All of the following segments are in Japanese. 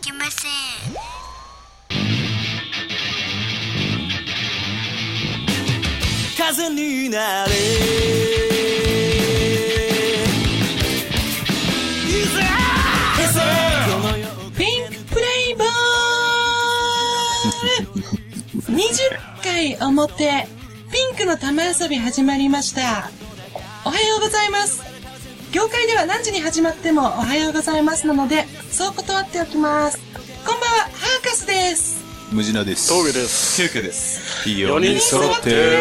きません風になれフェイクプレイボール !20 回表、ピンクの玉遊び始まりました。おはようございます。業界では何時に始まってもおはようございますなので、そう断っておきます。こんばんは、ハーカスです。無事なです。峠です。休憩です。 4 4人揃って、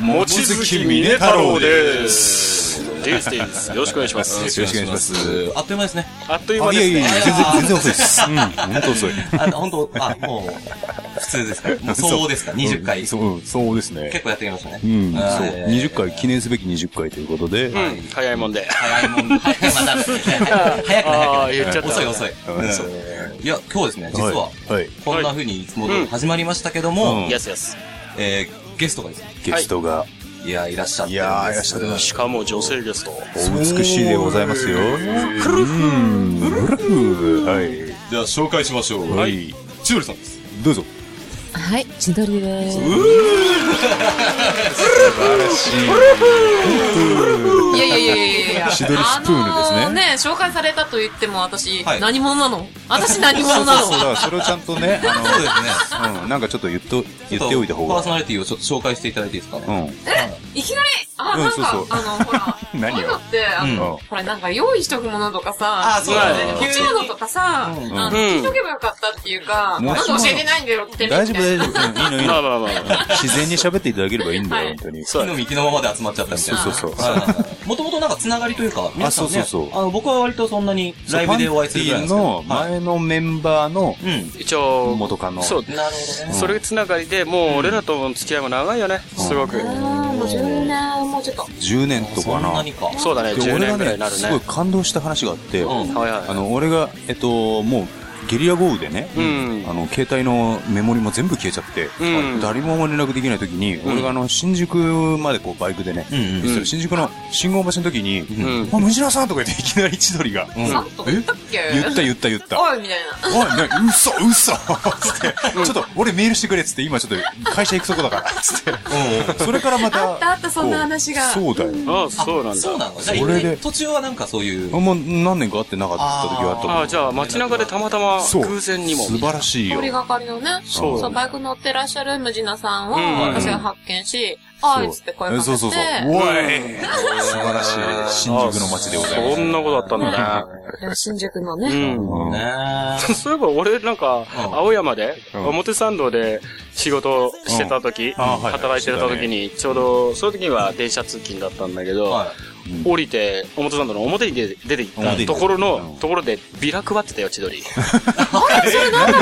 望月峰太郎です。デイスデイです。よろしくお願いします。よろしくお願いします。あっという間ですね。あっという間ですいやいやね。全然、全然遅いです。うん、本当遅 い。あ、本当あ、もう、普通で すか。もう、総合ですか。20回。そ結う、うんそうですね。構やってきましたね。うん、そう。はい20回、記念すべき20回ということで、うん、早いもんで。早いもん、早い、また、早くあなーい言っちゃった遅い遅い。うんいや、今日ですね、実は、はいはいこんな風にいつも通り始まりましたけども、うんやすやす。えーゲストがですね、ゲストが、いや、いらっしゃっているんです。やー、いらっしゃってまししかも女性ゲスト。た。お美しいでございますよ。クルフブルフはい。じゃあ、紹介しましょう。ははい。い。チュールさんです。どうぞ。はい、千鳥です。いやいやいやいやいや。シドリスプーンですねあのーね、紹介されたと言っても私、はい何者なの私何者なそうだのからそれをちゃんとね、あそうですね。の、うん、なんかちょっと言っと、言っておいた方パーがソ。ナリティをちょっと紹介していただいていいですかね。うん。いきなり、あ、うんなんか、そうそうあの、ほら、 何をこういうのって、あの、うんほら、なんか用意しとくものとかさ、あーそうだねこっちののとかさ、うんあうの、ん聞いとけばよかったっていうか、うんなんか教えてないんだよってみたいな大丈夫、大丈夫。うんいいの、いい まあの。まあまあ。自然に喋っていただければいいんだよ、はい本当に。そうだ木のね。実木のままで集まっちゃったみたいな。そうそうそうもともとなんかつながりというか、皆さんね、あそうそうそうあの、僕は割とそんなにライブでお会いするぐらいなんですけど。の前のメンバーのはいうん。一応、元カノ。そう。なるほどね。それつながりで、もう俺らとの付き合いも長いよね。すごく。あーもう10年、もうちょっと。 10年とそかんなな。にか。そうだね、で10年ぐらいになるねす。ごい感動した話があって、うんはいあはの、俺が、えっと、もう、ゲリラ豪雨でね、うんあの、携帯のメモリも全部消えちゃって、うん誰も連絡できない時に、俺があの、新宿までこう、バイクでね、うんうん行ってた新宿の信号橋の時に、んあ、ムジラさんとか言っていきなり千鳥が、うんなんとか言ったっけ言った言った言った。おい、みたいな。おい、ね、嘘、嘘つって、ちょっと、俺メールしてくれっつって、今ちょっと、会社行くとこだから、つって。それからまた。あったあったそんな話がそうそうだよ。い。ああ、そうなんそうだ。なのじゃあそれで一回途中はなんかそういう。あんま何年か会ってなかった時があったああ、じゃあ街中でたまたまそう偶然にも。素晴らしいよ通。りがかりのね、そそうう、バイク乗ってらっしゃる無地なさんをうん私が発見し、あーいっつって声かけて、そうそうそう。おい素晴らしい。新宿の街でございます。そんなことあったんだでも新宿のね。うね、ん。うんね そういえば俺なんか、うん青山で、うん表参道で仕事してた時、あはい働いてた時に、ちょうど、その時には電車通勤だったんだけど、は降りて、表参道の表に出て出て行っ表に出たてところうんの、ところでビラ配ってたよ、千鳥。それなんだ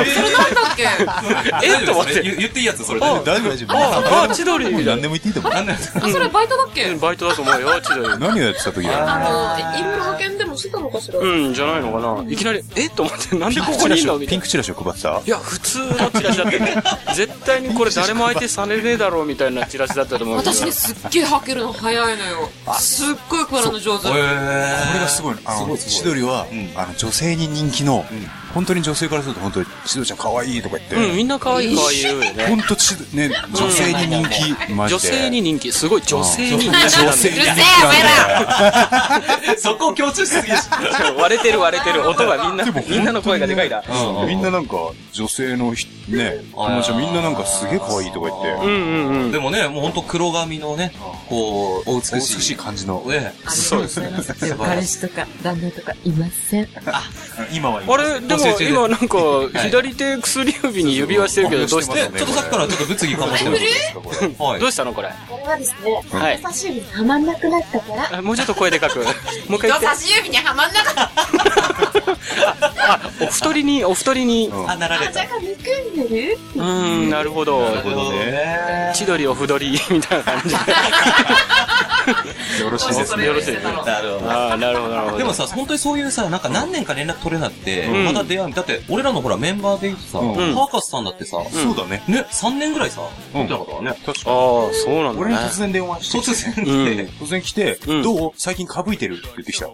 っけい。えっと思っそれて。言言っていいやつそれ。大丈夫大丈あ、あ、夫。千鳥みたい何な。でも言っていいと思う。なんなんですかあ、それバイトだっけバイトだと思うよ、千鳥。何をやってた時だあの、いろいろ派遣でもしてたのかしらうん、じゃないのかな。いきなり、えっと思って、なんでこピンクこチにラいんシのを、みたピいンな。クチラシを配ってたいや、普通のチラシだって、絶対にこれ誰も相手されねえだろうみたいなチラシだったと思うけど。私ね、すっげえ履けるの早いのよ。すっごい食わの上手。えあこれがすごいの。あの、千鳥は、あの、女性に人気の、本当に女性からすると、本当に、千鳥ちゃん可愛いとか言って、うん、みんな可愛い可愛い言うよね。本当ち、ね、女性に人気、マジ女で。性に人気、すごい女性に人気うるせえ、なおんだよ。前らい。そこを強調しす ぎでしょ。割れてる割れてる、音がみんな、みんなの声がでかいな。みんななんか、女性のひ、ね、友達はみんななんかすげえ可愛いとか言うっんうんうん。でもね、もうほんと黒髪のね、こう、お美て、美しい。しい感じの。ねそうですね。彼氏とか旦那とかいません。今はあれ、でも教えて今なんか、左手薬指に指輪してるけど、どうしそうそてうちょっとさっきからちょっと物議かもしれない。はいどう。したのこれ。これはですね、はい人差し指にはまんなくなったから、あもうちょっと声でか く。もう一回言人って差。し指にはまんなかった。あ、お太りに、お太りに。うんあ、なられじたゃ。がむくんでるうーん、なるほど。なるほどね。千鳥おふどり、みたいな感じで。よろしいそでうすそれねよろしいですねなるほど。ああ、なるほど、なるほど。でもさ、本当にそういうさ、なんか何年か連絡取れなくて、んまた出会う。だって、俺らのほらメンバーで言うとさ、うんパーカスさんだってさ、そうだね。ね、3年ぐらいさ、うん見てなかったからね。確かに。ああ、そうなん俺にだ突ね。然電話してきて。突然うん で、突然来て、うんどう最近かぶいてるって言って きた。か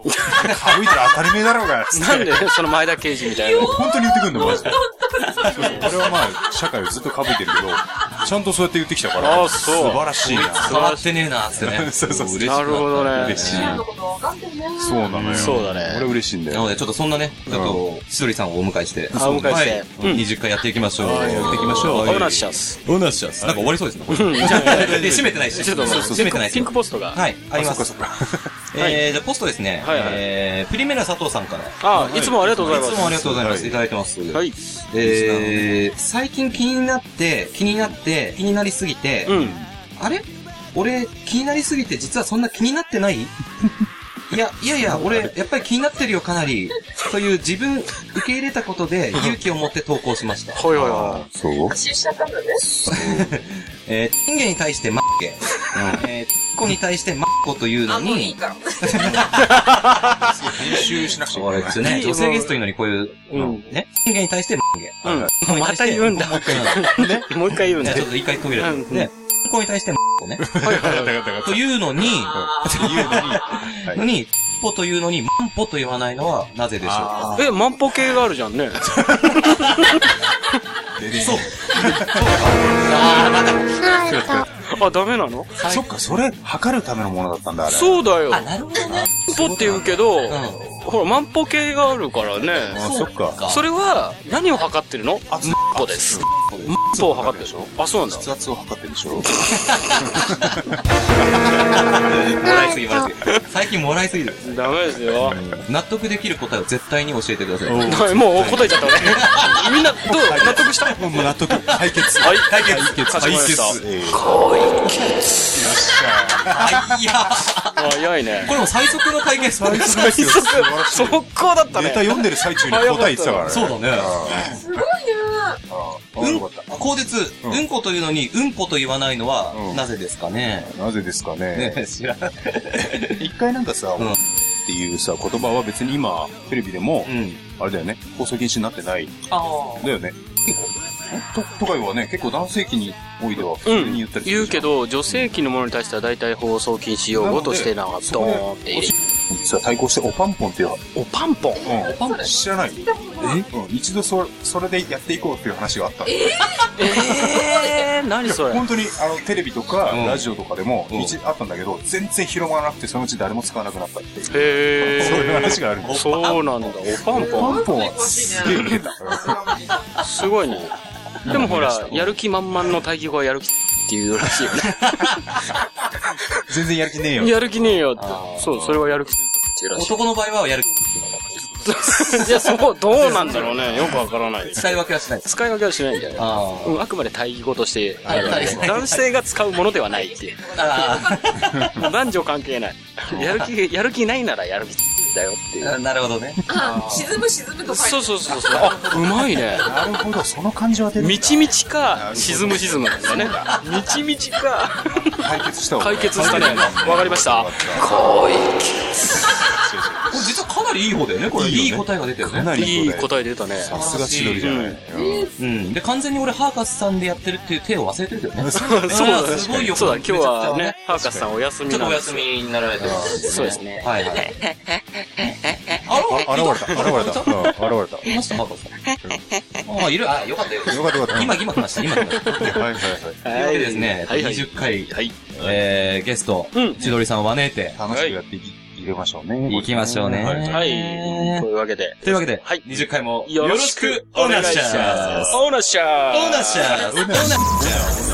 ぶいてる当たり前だろうが。つって なんでその前田刑事みたいな。本当に言ってくんのマジで。そうそう俺はまあ、社会をずっとかぶいてるけど、ちゃんとそうやって言ってきたから、あ素そう晴らしいな。変わってねえな、つって ね。そうそうそう嬉しくなったるほどね。嬉しい。今のこと分かってるね。そうなのよ。そうだね俺嬉しいんだなのよ。で、ちょっとそんなね、ちょっと、しどりさんをお迎えして。あお迎えしてはいうん20回やっていきましょう。やっていきましょオう。ーナーしシちゃャうっす。オーナーシャス。なんか終わりそうですね。これうん、じゃあ、 で、閉めてないし。ちょっと待って閉めてないし。ピンクポストが。はい、ありまあすそっ。かそっか。 えー、じゃあポストですね。はいはいえー、プリメラ佐藤さんから。ああ、いつもありがとうございまいす。つもありがとうございます。はいい、ただいてます。はい。えー、最近気になって、気になって、気になりすぎて、うん。あれ俺、気になりすぎて、実はそんな気になってないいや、いやいや、俺、やっぱり気になってるよ、かなり。という自分、受け入れたことで、勇気を持って投稿しま した。ほいほいほそう出社したんだね。えー、人間に対して、まっけ。えー、子に対して、まっこというのあ、もういいに、から。練習しなくちゃいあれですよね、女性ゲストいるのにこういう、うんね、人間に対して、まっい。け。うん。また言うんだ。もう一回なんだ ね。もう一回言うんじゃだあち。ょっと一回途切れて。うんね、こに対して、こね。というのに、のに、ぽというのに、まんぽと言わないのはなぜでしょうかえ、万歩計があるじゃんね。そう。あ、ダメなのそっか、それ、測るためのものだったんだ、あれ。う。そうだよ。あ、なるほどね。万歩って言うけど、んほら、万歩計があるからね。あ、そっか。それは、何を測ってるのあ、万歩です。万歩を測ってるでしょあ、そうなんだ。血圧を測ってるでしょ。もらいすぎ、もらいすぎ。最近もらいすぎる。ダメですよ。 納得できる答えを絶対に教えてください。はいもう答えちゃった俺。みんな、どう納得したもう納得。解決。はい。解決。かしこまりましたえーあ、いや早い ね。これも最速の解決最最速、 速攻だったネねタ。読んでる最中に答え言ってたからね。そうだね。すごいなあうんよかった。口実、うんうんこというのに、うんこと言わないのはう、んなぜですかね。なぜですかね。ね知らない。一回なんかさ、うんっていうさ、言葉は別に今、テレビでもう、ん。あれだよね、放送禁止になってない。あだよね。と、とかはね、結構男性器においては普う通に言んった。りする。言うけ。ど、女性器のものに対しては大体放送禁止用語としてなんか、ドーンって入れる。実は対抗しておパンポンっていう、お、パンポンうん、パンポン知らないえ、うん、一度そ、それでやっていこうっていう話があったのえー、何それ。本当に、あの、テレビとか、うんラジオとかでも、うん一あったんだけど、全然広まらなくて、そのうち誰も使わなくなったっていう、そういうへ話があるんー。です。そうなんだ。お、パンポパンンポンはすげえ出た。すごいね。でもほら、やる気満々の大義語はやる気っていうらしいよね。全然やる気ねえよ。 やる気ねえよって。そう、それはやる気っていうらし男の場合はやい。る。いや、そこ、どうなんだろうね。よくわからないです。使い分けはしないです。使い分けはしないんじゃないあうん、あくまで対義語として、はいはい男性が使うものではないっていう。あ。あ男女関係ない。 やる気、やる気ないならやる気だよっていう。あ。 なるほどね。あ、沈む沈むと書いてそうそうそうそう。あ、うまいね。なるほど、その感じは出るんだみちみちか、沈む沈むなんだね。みちみちか、解決したわ解決したね。わかりました。これ実はかなりいい方だよね、これ。いい答えが出てるね。なりいい答え出たね。さすが千鳥じゃない。うんうん。で、完全に俺、ハーカスさんでやってるっていう手を忘れてるけどね。そうだすごいよ、そうだ、今こ日れはめちゃねく、ハーカスさんお休みちゃねちょっとなおんで休みになられてるんですよそうですね。はい はい。あら、あ現 れた、現れた。うん現れいました、ハーカスさん。あ、いるあ、よかったよかた。よかったよかっ。ったた。今、今来ました、今来ました。というわはいはいはい。けでですね、はいはい。 20回、はい。えー、ゲスト、うん千鳥さんを招いて、楽しくやっていき入れましょうね。行きましょうね。はいはい。というわけで、というわけで、はい20回もよろしくお願いします。オーナーシャーオーナーシャー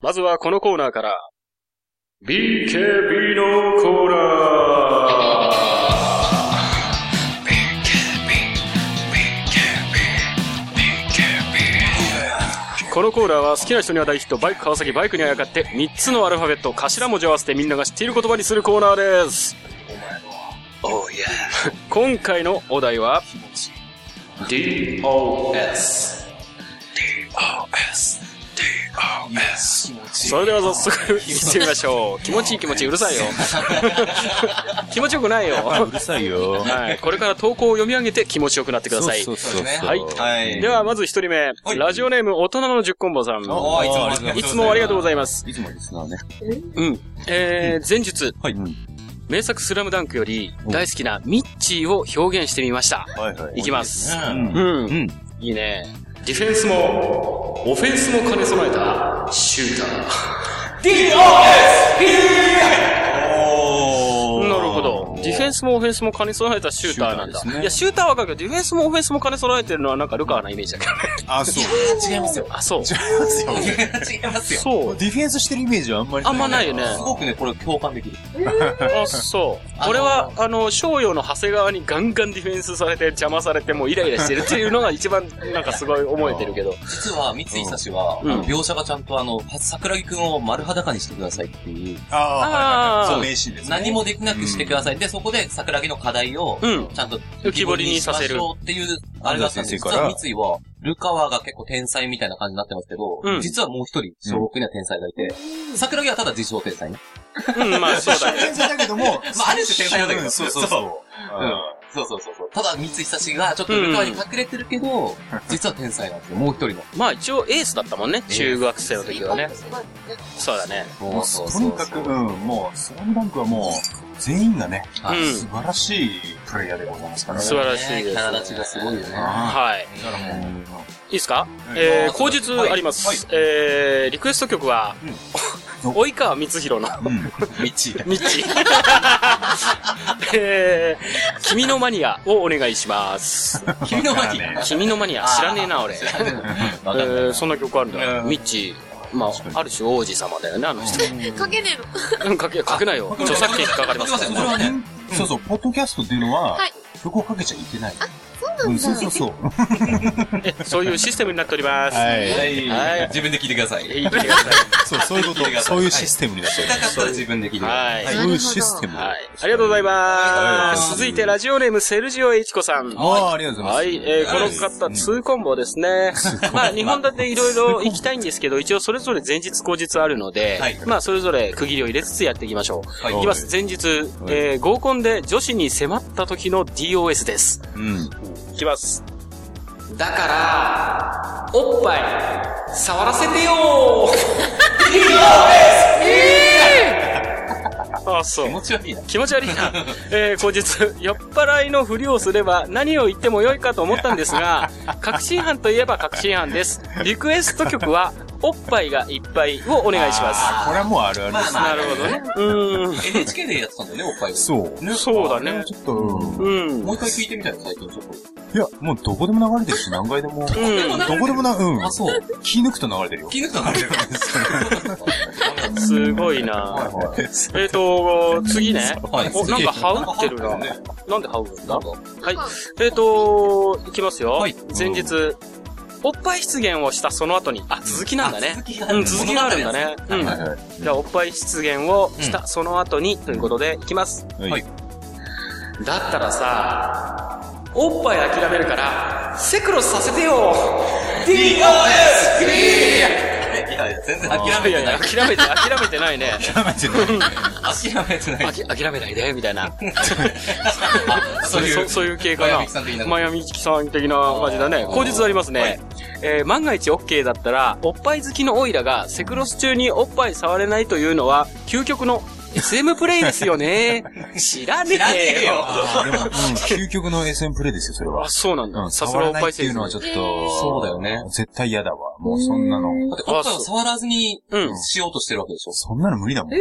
まずはこのコーナーから。BKB のコーナーこのコーナーは好きな人には大ヒット、バイク川崎、バイクにあやかって、3つのアルファベット、頭文字を合わせてみんなが知っている言葉にするコーナーです。お 前の、今回のお題は、DOS。それでは早速、見てみましょう。気持ちいい気持ちいい、うるさいよ。気持ちよくないよ。うるさいよ。はい。これから投稿を読み上げて気持ちよくなってください。そうそうそう。はいはい。では、まず一人目。ラジオネーム、大人の十コンボさん。おーいつもありがとうございますいつもありがとういつもですございます。なね。うん。えー、前述。はい。名作スラムダンクより大好きなミッチーを表現してみました。はいはいきます。うんうん。 んいいね。ディフェンスも、オフェンスも兼ね備えたシューター。なるほど。ディフェンスもオフェンスも兼ね備えたシューターなんだ。シューターですねいや、シューターはわかるけど、ディフェンスもオフェンスも兼ね備えてるのはなんかルカーなイメージだけどね。 あ、 そう。違いますよ。あ、そう。違いますよ。そう。ディフェンスしてるイメージはあんまりあんまないよね。すごくね、これ共感できる。あ、そう。俺は、あの、商用の長谷川にガンガンディフェンスされて邪魔されてもうイライラしてるっていうのが一番なんかすごい思えてるけど。実は、三井久志は、うん描写がちゃんとあの、桜木くんを丸裸にしてくださいっていう、ああ、あそーう、名シーンですね。何もできなくしてください。で、そこで桜木の課題を、うん。ちゃんと浮き彫りにさせる浮き彫りにしましょうっていう、あれだったんで安藤先生す実からは三井は、ルカワが結構天才みたいな感じになってますけど、うん実はもう一人、小6には天才がいて、桜木はただ自称天才ね。うん、まあそうだね。天 才だけども、まあ、ある種天才なんだけうど。。んそうそうそううん。そうそうそうそう。ただ、三井久志が、ちょっとルカワに隠れてるけど、 実は天才なんですよ、もう一人の。まあ一応エースだったもんね。中学生の時はね。そうだね。う。もうとにかく、うん、もう、スラムダンクはもう、全員がね、はいうん素晴らしいプレイヤーでございますからね。素晴らしいですキャラ立ちがすごいよね。あはい。ーだからもう、いいですかえー、口述あります。えー、リクエスト曲は、及川光弘の 道。ミッチー。えー、君のマニアをお願いし ます。君のマニア。君のマニア知らねえな、俺。わかんえないー、そんな曲あるんだ。ミッチー、まあ、ある種王子様だよね、あの人。かけねえの。うん、かけ、かけないよ。著作権引っかかりますからすいねません、これはね、そうそう、ポッドキャストっていうのははい、曲をかけちゃいけない。あ、そうなんだ。そうそうそう。え そういうシステムになっております。はい。はい自分で聞いてください。いい気がしますそう、そういうこと、そういうシステムになってる痛かったら自分で聞いてください。はい。そういうシステム。はあい。ありがとうございます。続いて、ラジオネーム、セルジオエイチコさん。あー、ありがとうござはいい、ます。えー、この方、2コンボですね。まあ、日本立ていろいろ行きたいんですけど、一応それぞれ前日後日あるので、はいまあ、それぞれ区切りを入れつつやっていきましょう。はいい、きます、前日、えー、合コンで女子に迫った時の DOS です。うん。いきます。だから、おっぱい、触らせてよ DOS! あ、そう気。持ち悪いな。気持ち悪いな。 えー、後日、酔っ払いのふりをすれば何を言ってもよいかと思ったんです が、確信犯といえば確信犯です。リクエスト曲は、おっぱいがいっぱいをお願いします。これはもうあるあるです。なるほどね。うー NHK でやってたんだよね、おっぱいを。そう。ん。そうだこれねは。ちょっと、うんうん。もう一回聞いてみたいの、最近ちょ っと。いや、もうどこでも流れてるし、何回でも。うん。どこでもな、うん。あ、そう。気抜くと流れてるよ。気抜くの流れてるんですすごいなえっ、ー、と、次ね。はいお、なんか羽織ってるな。なんなんで羽織るんだはい。えっ、ー、と、いきますよ。はい前日、おっぱい出現をしたその後に、あ、続きなんだね。うん、続きがあるんだね。う物ん語。はいはいじゃあ、おっぱい出現をしたその後に、ということで、いきます。はい。だったらさ、おっぱい諦めるから、セクロスさせてよ !DOS! いやいや、全然諦いめやていなや、い。諦めて、諦めてないね。 やめてね諦めてない。あき諦めないで、みたいな。あそういう、そういう系かなマヤミキさん的。なマヤミキさん的な感じだね。口実ありますね。えー万が一 OK だったら、おっぱい好きのオイラがセクロス中におっぱい触れないというのは、究極の SM プレイですよね。 知らね知らねええよよ。でも、うん、究極の SM プレイですよ、それはあ、。そうなんうだ。ん、さす触がらおっなぱいいっていうのはちょっえと、そうだよね絶対嫌だわ。もうそんなの。だって、おっぱいを触らずに、うんしようとしてるわけでしょ。そんなの無理だもん。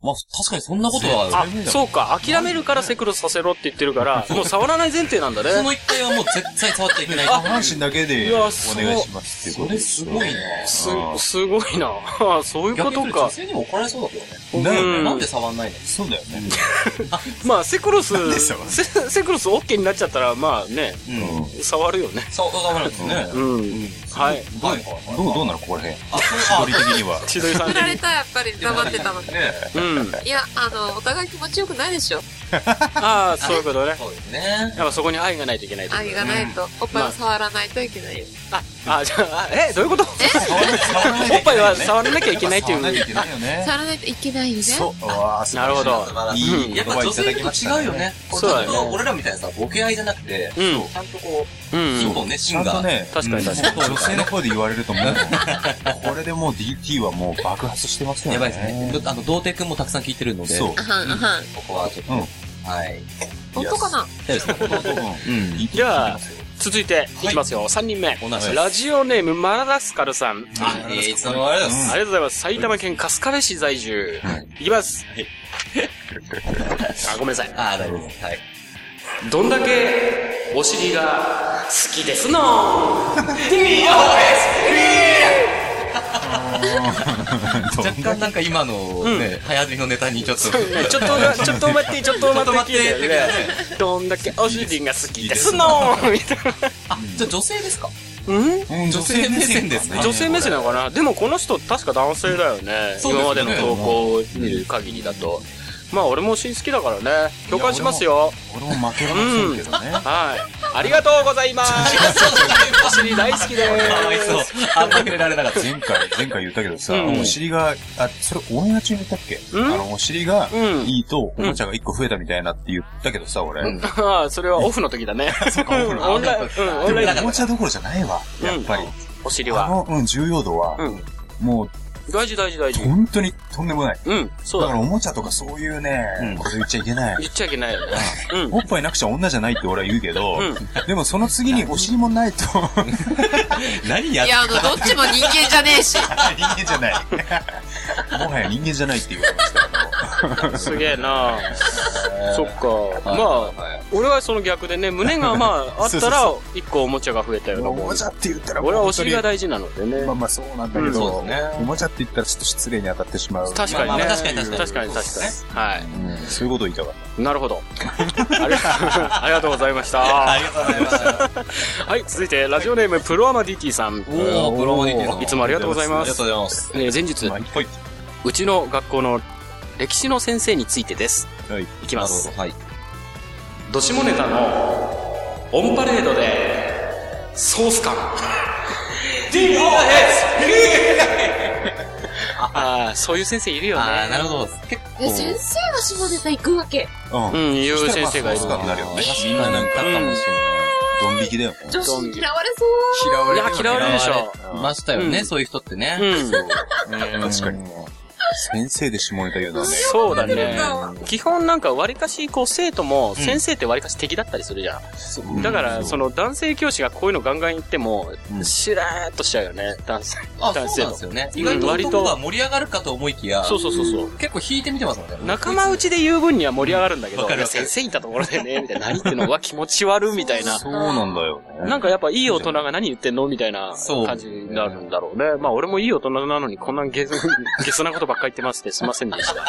まあ、確かにそんなことはある。あ、そうか。諦めるからセクロスさせろって言ってる から、もう触らない前提なんだそね。の一回はもう絶対触っちゃいけない。下半身だけでいやお願いそうしますっていうそことれですすごいな。すあ、ーすごいな。あそういうこ逆にと言うとか女。性にも怒られそうだけどね。よ。だようんね。なんで触んないのそうだよね。まあ、セクロスでしょ、うセセクロス OK になっちゃったら、まあね、うん。触るよね。触らないですね。うん。はい。どうどうどうなのここら辺。あ、距そ離的には。千鳥さん振的られた、やっぱり黙ってたのにう。ね うん。いや、あの、お互い気持ちよくないでしょ。ああ、そういうことね。そうですね。やっぱそこに愛がないといけないという愛がないと、おっぱいを触らないといけないよ。あ、あ、じゃあ、え、どういうことえおっぱいは触らなきゃいけないっていう。触らなきゃいけないよね。触らないといけないよね。そう。わあ、素晴ならるしいほど。いいい言やっぱ葉女いた性だきました、と違うよね。こそうだれ、ねちゃんと俺らみたいなさ、ボケ合いじゃなくて、うんそうちゃんとこう、うんうん。そうね、ちシゃンんとガー。ね、確かに確か女性の声で言われるともう、 これでもう DT はもう爆発してますよね。やばいですね。あの、童貞くんもたくさん聞いてるので、そうあ。はん、あはん。ここはちょっと、うんはい。本当かなうん。に。じゃあ、続いていきますよ。3人目お願いしま。すラジオネーム、マラダスカルさん。あ、えー、いつの間にもありがとうございますありがとうございます。埼玉県春日部市在住。いきます。 あ、ごめんなさい。あー、大丈夫です。はい。どんだけお尻が好きです の若干なんか今のね、早食いのネタにちょっと、ちょっ と、ちょっと待って、ちょっと待って、ちょっと待ってみたいなねどんだけお尻が好きですのみたいあ、じゃあ女性ですかな。うんうん女性目線ですね。女性目線なのかなでもこの人確か男性だよね。そ今まうですねでの投稿を見る限りだと。まあ俺もお尻好きだからね。共感しますよ。俺も負けられませんけどね。はい。ありがとうござい ます。お尻大好きでかわいす。そう。あんま触れられなかった。前回、前回言ったけどさ、うんお尻が、あ、それオンエア中に言ったっけ、うんあの、お尻がうんいいと、おもちゃが一個増えたみたいなって言ったけどさ、俺。うんああ、それはオフの時だね。うんオンライン、うん、オンライでンもおもちゃどころじゃないわ、やっぱり。お尻あは。の、うん、重要度は、うん。もう、大事大事大事。本当にとんでもない。うん、そうだかだ。らおもちゃとかそういうね、うんこれ言っちゃいけない。言っちゃいけないよね。うん。おっぱいなくちゃ女じゃないって俺は言うけど、うんでもその次にお尻もないと、何やっいや、あの、どっちも人間じゃねえし。 人間じゃない。もはや人間じゃないって言われましたけど。すげえなそっか。はまあ、俺はその逆でね、胸がまあ、あっそうそたうらそ、一個おもちゃが増えたよう なおもんもち。ゃって言ったらもう俺はお本当に尻が大事なのでねま。あまあそうなんだうけんど、そうですねおもちゃって言ったらちょっと失礼に当たってしまう。確かにね。まあまあ確かに確かに確かに確かにはうんそういうことを言いたかった。い。なるほど。ありがありがとうございました。はありがとうございました。い、続いて、ラジオネーム、プロアマディティさん。おー、プロモディティさんいつもありがとうございあまりがすと。うございます。えー前日、まあ、はい。うちの学校の歴史の先生についてです。はい。いきます。なるほどはい。ドシモネタのオンパレードでソース感 DOS! ああ、そういう先生いるよね。あー、なるほど。結構。え、先生が下ネタ行くわけ。うん。うん、いう先生がいる。そうなるよねみんななんかあったかもしれドン引きだよね。女子に嫌われそう。嫌わいや、嫌われるでしょ。ない。ましたようね、んそういう人ってね。うん確かに。先生で下ネタ言うのはね。そうだね。基本なんか割かし、こう生徒も、先生って割かし敵だったりするじゃん。だから、その男性教師がこういうのガンガン言っても、しらーっとしちゃうよね、男性。あ、そう男性なんのですよね。うん意外と割と男が盛り上がるかと思いきや、そうそうそうそう。結構引いてみてますもんね。仲間内で言う分には盛り上がるんだけど、わかるいや先生いたところでね、みたいな、何言ってんのは気持ち悪いみたいな。そうなんだよね。なんかやっぱいい大人が何言ってんのみたいなそう感じになるんだろうね。まあ俺もいい大人なのにこんな ゲス、ゲスなことばっかり言ってましてすいませんでした。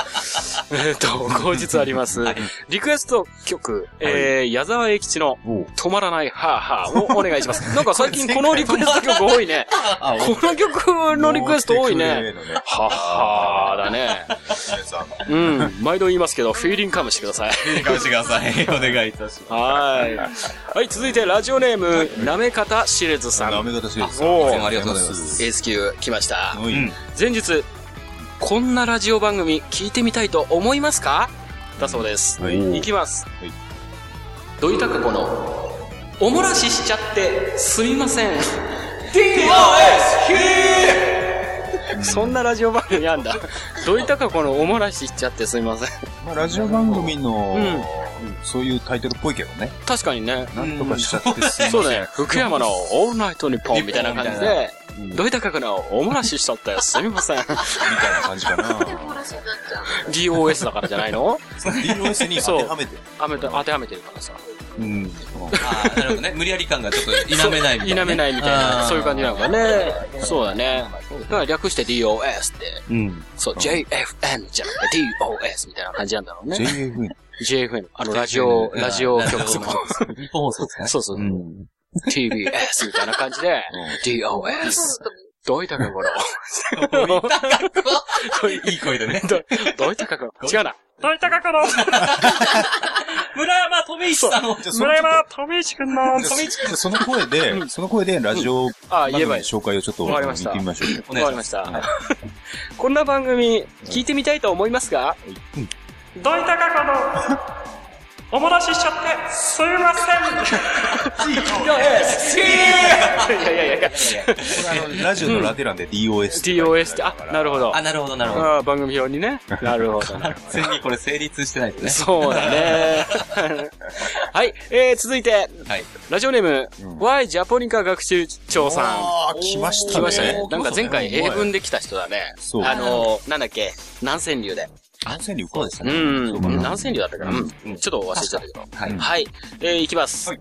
えっと、後日あります。リクエスト曲、えー、矢沢永吉のおう止まらないハーハーをお願いします。なんか最近このリクエスト曲多いね。あ、この曲のリクエスト多いね。持ってくれの。ハーハーだね。うん。毎度言いますけど、フィーリングかもしてください。 いいかもしれません。お願いいたします。はい。はい、続いてラジオネーム、なめかたしれずさん。ダメ方しです。。おいつもありがとうございますエース級来ました。うんん。前日、こんなラジオ番組聞いてみたいと思いますかだそうです。はいいきますい。どいたかこの、おもらししちゃってすみません。DOS! そんなラジオ番組あんだ。どいたかこのおもらししちゃってすみません。まあ、ラジオ番組のう、そういうタイトルっぽいけどね。確かにね。なんとかしちゃってすいませんそうね、福山のオールナイトニッポンみたいな感じで、どいたかくのおもらししちゃったよ、すみま せん。みたいな感じか な。友達になっちゃう。 DOS だからじゃないの DOS に当てはめて。あめた当てはめてるからさ。うん。あーなるほどね。無理やり感がちょっと否めないみたいなね。否めないみたいな、そういう感じなのかね。そうだね。だじ。から略して DOS って、うん。そう、JFN じゃなくて DOS みたいな感じなんだろうね。 JFN。 JFN。あの、ラジオ、ラジオ局日も。本放送ですね。そうそうう。ん。 TBS みたいな感じで、DOS。どういったかころ いい声でね。どどういったかころ違うな。どういったかころ村山富石さんを、じゃあその村山富一くんのじゃあその声で、その声でラジオあ番言え組のばいい。紹介をちょっとわ見かりましたてみましょう。わかりました。こんな番組、聞いてみたいと思いますが、どういったかこの、おもらししちゃって、すいま せんいやいやいやいや、ラジオのラテランで DOS って書いてある。 DOS って、あ、なるほど。あ、なるほど、なるほど。ああ番組表にね。なるほど。完全にこれ成立してないですね。そうだ ね。はい、えー、続いて、はい。ラジオネーム、Y ジャポニカ学習長さん。あー、来ましたね。来ましたね。なんか前回英うん。文で来た人だね。そう。あのー、なんだっけ、南千流で。安全に浮かですうね。んそう、かな南千流だったから、うんうんちょっと忘れちゃったけど。はい。はい、えー、いきます。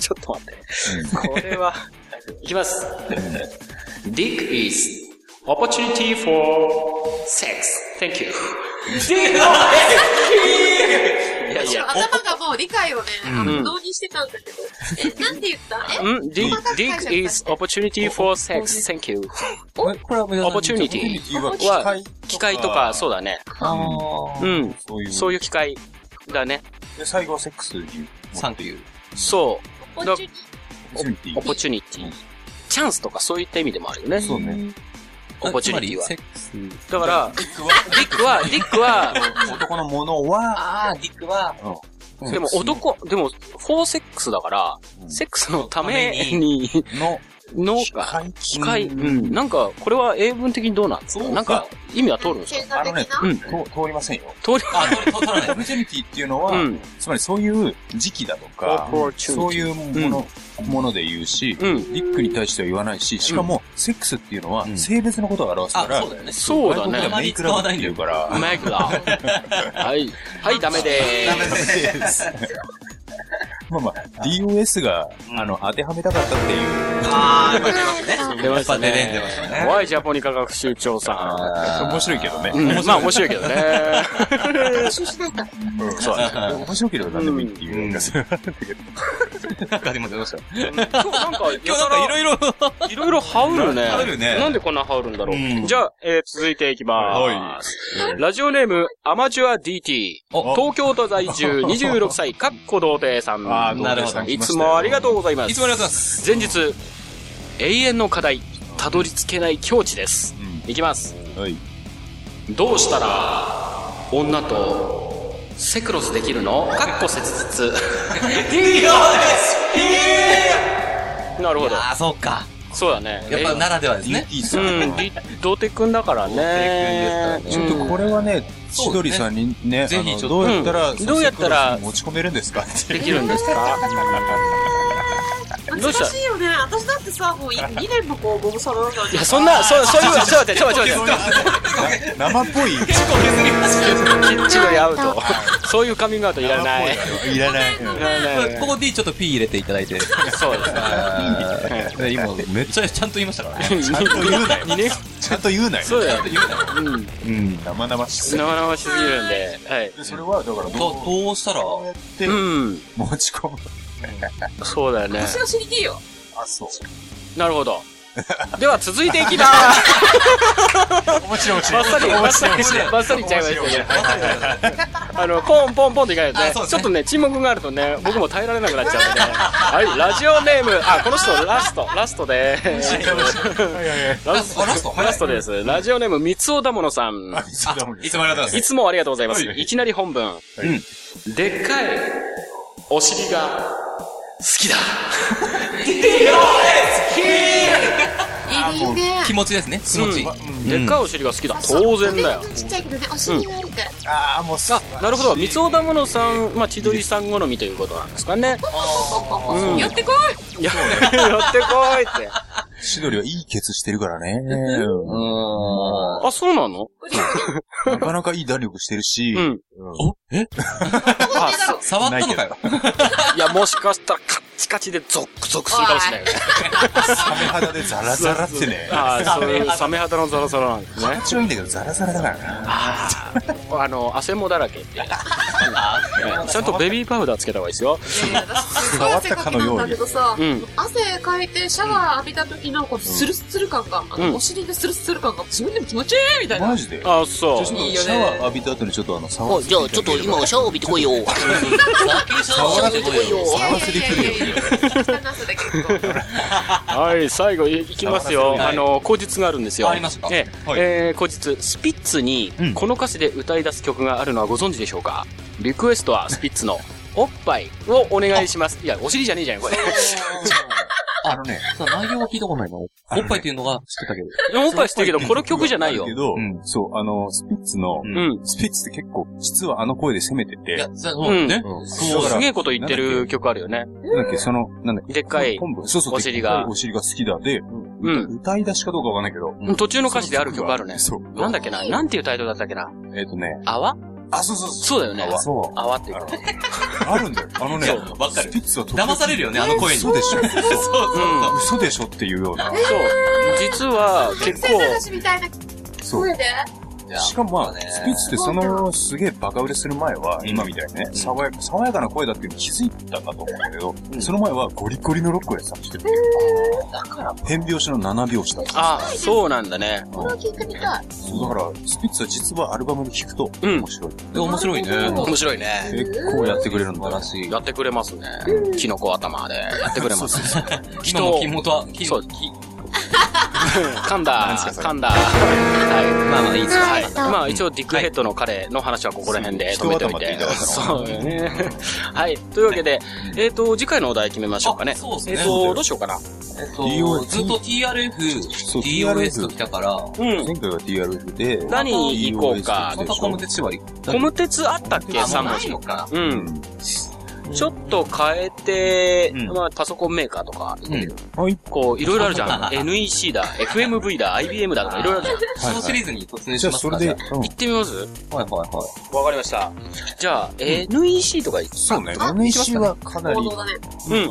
ちょっと待って。これは、いきます。Dick is opportunity for sex. Thank you. Dick is- いやいや。頭がもう理解をね、あうんの、導入してたんだけど。え、なんて言ったえん Dick, 細かく書いてあった Dick is opportunity for sex. Thank you. これこれは無駄な opportunity はは機械とか、そうだね。あーうん。そういう。そういう機械だね。で、最後はセックスに。さんという。そポッチュリオプティう。オポチュニティ。チャンスとかそういった意味でもあるよね。そうね。オポチュニティはつまりセックス。だから、ディックは、ディックは、男のものは、あー、ディックは、うんでも男、でも、フォーセックスだから、うんセックスのために、の、の、機械機械、うん。なんか、これは英文的にどうなんですかそうなんか、意味は通るんですか計算的なあのねと通りませんよ。通り、あ、取取らないオ。プチュニティっていうのは、うん。つまりそういう時期だとか、 Opportunity そういうもの、もので言うし、うん。リックに対しては言わないし、しかも、セックスっていうのはう、ん性別のことを表すかあ、ら、そうだよね。 そうだ外ね国で。はメイクラブって言うから、マイクだ。はい。はい、ダメでーす。 まあまあ、DOS が、あの、当てはめたかったっていう、あー、今出ましたね。出まやしったぱね出れんでましたね。怖いジャポニカ学習長さ面白いけどね。ん。うん、まあ面白いけどね。学習しないと。そうだね面白ければ何でもいいっていう、なんかそれはあるんだけどなんかでも出ました。今日なんか、今日なんかいろいろ、いろいろ羽織るね。羽織るねなんでこんな羽織るんだろう。うんじゃあ、えー続いていきます。ラジオネーム、アマチュア DT。お東京都在 住26歳、かっこ童貞さん。あーなる童ほど貞さんい来まつしたよもありがとうございます。いつもありがとうございます。前日、永遠の課題、たどり着けない境地です。いきます。はい。どうしたら、女と、セクロスできるのかっこ切実。なるほど。あー、そうか。そうだね。やっぱならではですね。 DT うさん。ん、り童貞くんだからね。ちょっとこれはね、千鳥さんにね、そうねあのぜひちょっどとうやったら、うんどうやったら持ち込めるんですかってでいう。きるんですかどう難したしいよね。私だってさ、もう2年もこう、ご無沙汰だから。いや、そんな、 そう、そういう、ちょっと待って、ちょっと待って、ちょっと待生っぽい。って、キッチンよりアウト。そういうカミングアウトいらない。いいらない。うんらないここ D ちょっと P 入れていただいて。そうです ね。あー今、めっちゃちゃんと言いましたから ね。ちゃんと言うなよ。 2年、ちゃんと言うなよ。そうだよ。ううん。ん、生々しい。生々しすぎるんで、はい。それは、だから、どどうどうしたらやってうん。持ち込む。そうだよね。私が知りてえよ。あ、そう。なるほど。では、続いていきます。面白い、面バッサリ、バッサ面白リ、バッサリいっちゃいましたけど。あの、ポンポンポンっていかないとねあそうですちょねっとね、沈黙があるとね、僕も耐えられなくなっちゃうんでね。はい、ラジオネーム、あ、この人、ラスト、ラストでラスト、あラスト早いラストです。ラジオネーム、三尾だものさん。そうだもんねいつもありがとうございいつもありがとうございます。はいはいいきなり本文。でっかい、お尻が、好きだ。え、いいねます。。気持ちですね。気持ち。でっかいお尻が好きだ。当然だよお。腹ちっちゃいけどね、お尻があるから。ああ、もうさあ、なるほど。三尾だものさん、まあ、千鳥さん好みということなんですかね。うんやってこいや、やってこいって。千鳥はいいケツしてるからね。うんあ、そうなのなかなかいい弾力してるしう、ん。おえあ、触ったのかよ。 いや、もしかしたらカッチカチでゾックゾクするかもしれないよね。サメ肌でザラザラってね。ああ、そういうサメ肌のザラザラなんですね。 気持ちはいいんだけど、ザラザラだからな。あの、汗もだらけって。あちゃんとベビーパウダーつけた方がいいですよ。いやいや、私、すご変いわっ汗たかかのきなよんうにだけどさ、うん汗かいてシャワー浴びた時のこうスルスル感が、あうんのお尻でスルスル感が自分でも気持ちいいみたいな。マジであ、そう。シいいよねャワー浴びた後にちょっとあの、触おじゃあちょっと今おシャワー浴びてこいよ。触らせてこいよ。いやい触やらせてくれよ。いやいやいや下の汗だけどはい、最後いいきますよ。あの、口実があるんですよ。あありますかええはいえー口実、スピッツに、この歌詞で歌い出す曲があるのはご存知でしょうかリクエストはスピッツ の、おっぱいをお願いします。いや、お尻じゃねえじゃん、これ。あのね、さ内容は聞いたことないな。おっぱいというのは知ってたけど。でもおっぱいしてるけど、この曲じゃないよけ。どうん、そう、あの、スピッツのう、うん。スピッツって結構、実はあの声で攻めてて、や、そうねそうだすげえこと言ってる曲あるよね。なんだっけ、その、なんだっけ、でっかい昆布そうそうお尻がでっかいお尻が好きだで、うん。歌い出しかどうかわかんないけど、途中の歌詞である曲あるね。そう。なんだっけななんていうタイトルだったっけなえっとね、泡あ、そうそうそうだよね。あそう。泡っていうか。あるんだよ。あのね、そうわかスるピッツは時々騙されるよね、あの声に。嘘で しょ。うん。嘘でしょっていうような。そう。実は、結構、私みたいなそう声。で。しかもまあ、スピッツってその、すげえバカ売れする前は、今みたいにね、爽やか、爽やかな声だっていうのに気づいたんだと思うんだけど、その前はゴリゴリのロックをやってたんですけど、だから、変拍子の7拍子だった。あ、そうなんだね。これを聞いてみたい。そうだから、スピッツは実はアルバムで聴くと、うん面白い。面白いね。面白いね。結構やってくれるん素だ晴なら。しい。やってくれますね。キノコ頭でやってくれます。今も木本は、木そう木噛んだ、噛んだ。はい。まあまあいいですよ。はい。まあ一応、ディックヘッドの彼の話はここら辺で止めておい人頭って言いてたか。ったそうだよね。はい。というわけで、えっと、次回のお題決めましょうかねあ。そうですえねっと、どうしようかな。えっと DOS ずっと TRF、そう DOS と来たから、うん。前回が TRF で、何行こうかまたコムテツは行ったコムテツあったっけあ ?3 も文うない字の。か。うん。ちょっと変えて、まあ、パソコンメーカーとか、うんはいこう、いろいろあるじゃん。NEC だ、FMV だ、IBM だとか、いろいろあるじゃん。そのシリーズに突入じしゃあますそかれで、じうゃん行ってみますあはいはいはい。わかりました。じゃあ、NEC とか、そうね、NEC はかなり、行う動だね。うん。ん。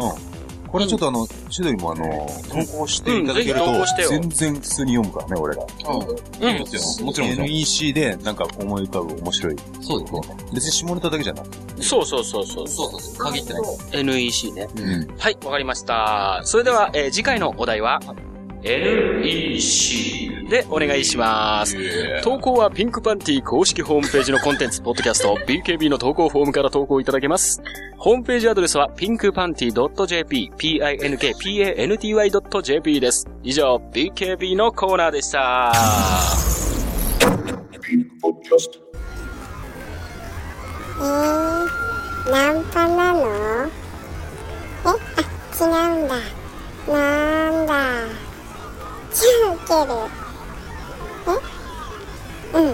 これちょっとあの、シドリもあの、投稿していただけるうんぜひ投と稿してよ、全然普通に読むからね、俺ら。うんもちろん、もちろんもちろん。 NEC でなんか思い浮かぶ面白い。そうですね。別に下ネタだけじゃなくて。そうそうそうそう。そうそうそう。限ってない。 NEC ね。うん。はい、わかりました。それでは、えー次回のお題は、NEC でお願いします。投稿はピンクパンティ公式ホームページのコンテンツ、ポッドキャ スト、BKB の投稿フォームから投稿いただけます。ホームページアドレスは pinkpanty.jp、pinkpanty.jp です。以上、BKB のコーナーでした。えー、ナンパなのえあ、違うんだ。なんだ。じゃあ受ける。えうん。あ、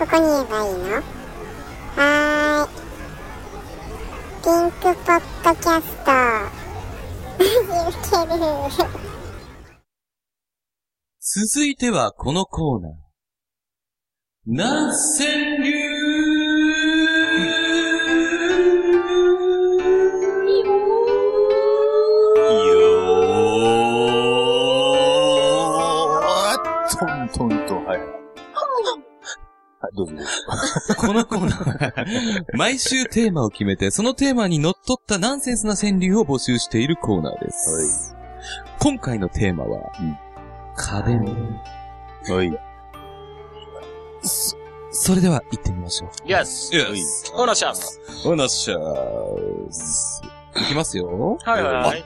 ここに言えばいいのはーい。ピンクポッドキャスト。 マジ受ける。続いてはこのコーナー。南千流トントンと、はい。はい、どうぞどうぞ。このコーナー、 毎週テーマを決めて、そのテーマにのっとったナンセンスな川柳を募集しているコーナーです。今回のテーマは、家電。はい。それでは行ってみましょう。 Yes! よし。お願いします。おなっしゃーす。いきますよ。はいはいはい。